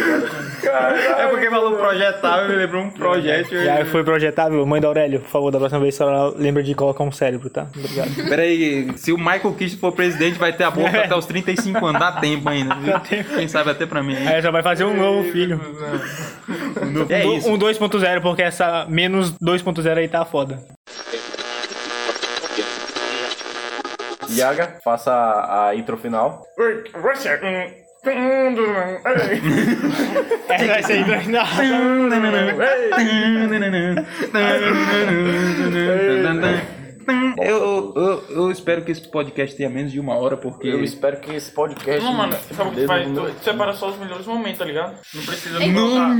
ligado?
É porque falou projetável, me lembrou um projeto.
E aí foi projetável. Mãe da Aurélio, por favor, da próxima vez ela lembra de colocar um cérebro, tá? Obrigado.
Peraí, se o Michael Kish for presidente, vai ter aborto até os 35 anos. É. Dá tempo ainda, É. viu? Quem sabe até pra mim. hein?
Aí já vai fazer um novo filho.
É
Um do-
isso.
Um 2.0, porque essa menos 2.0 aí tá foda.
Yaga, faça a, a intro final.
Essa vai ser hidroginada.
Eu, eu, eu espero que esse podcast tenha menos de uma hora, porque.
Eu espero que esse podcast.
Não, mano, sabe o que
dedo
faz?
no meu-
Tu separa só os melhores momentos, tá ligado? Não precisa
Não,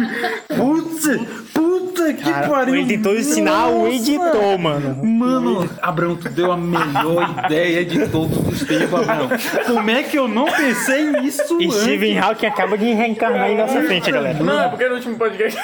putz, puta que pariu.
Ele tentou ensinar o
Nossa.
editor, mano.
Mano, Abrão, tu deu a melhor ideia de todos os tempos, Abrão. Como é que eu não pensei nisso
E
antes?
Steven Hawking acaba de reencarnar em nossa frente, galera.
Não, é porque no último podcast.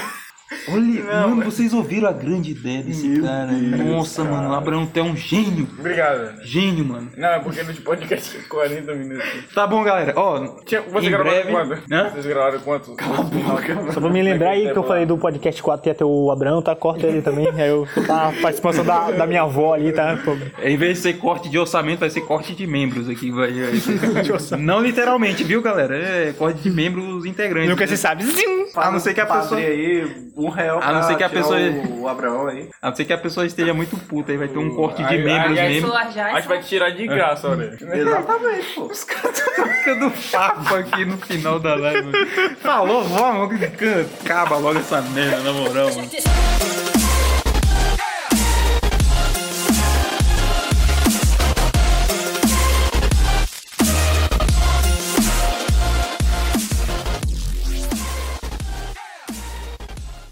Olha, mano, vocês ouviram a grande ideia desse cara. né? Nossa, mano, o Abrão tu é um gênio.
Obrigado.
Gênio, mano.
Não, é porque no último podcast tinha 40 minutos.
Tá bom, galera. Ó,
Tinha... Vocês
Em
gravaram
breve-
quanto?
Hã?
Vocês gravaram quanto? Cala a boca.
Só pra me lembrar aí que eu falei do podcast 4 que ia ter o Abrão, tá? Corta ele também. Aí eu, tá, a participação da, da minha avó ali, tá? Pô,
em vez de ser corte de orçamento, vai ser corte de membros aqui. Vai, vai. não literalmente, viu, galera? É corte de membros integrantes.
Nunca
né?
se sabe. Zim!
A não ser que a
Padre
pessoa.
aí, um real.
A não ser
pra
que a
tirar
pessoa-
O, o Abraão aí.
A não ser que a pessoa esteja muito puta, aí vai ter um corte de
Ai,
membros
ai, ai,
mesmo.
Sou a
A gente
Jason.
vai te tirar de graça, olha.
Exatamente, pô.
do papo aqui no final da live. Falou, vamos, caba logo essa merda, na moral, mano.
Check this out.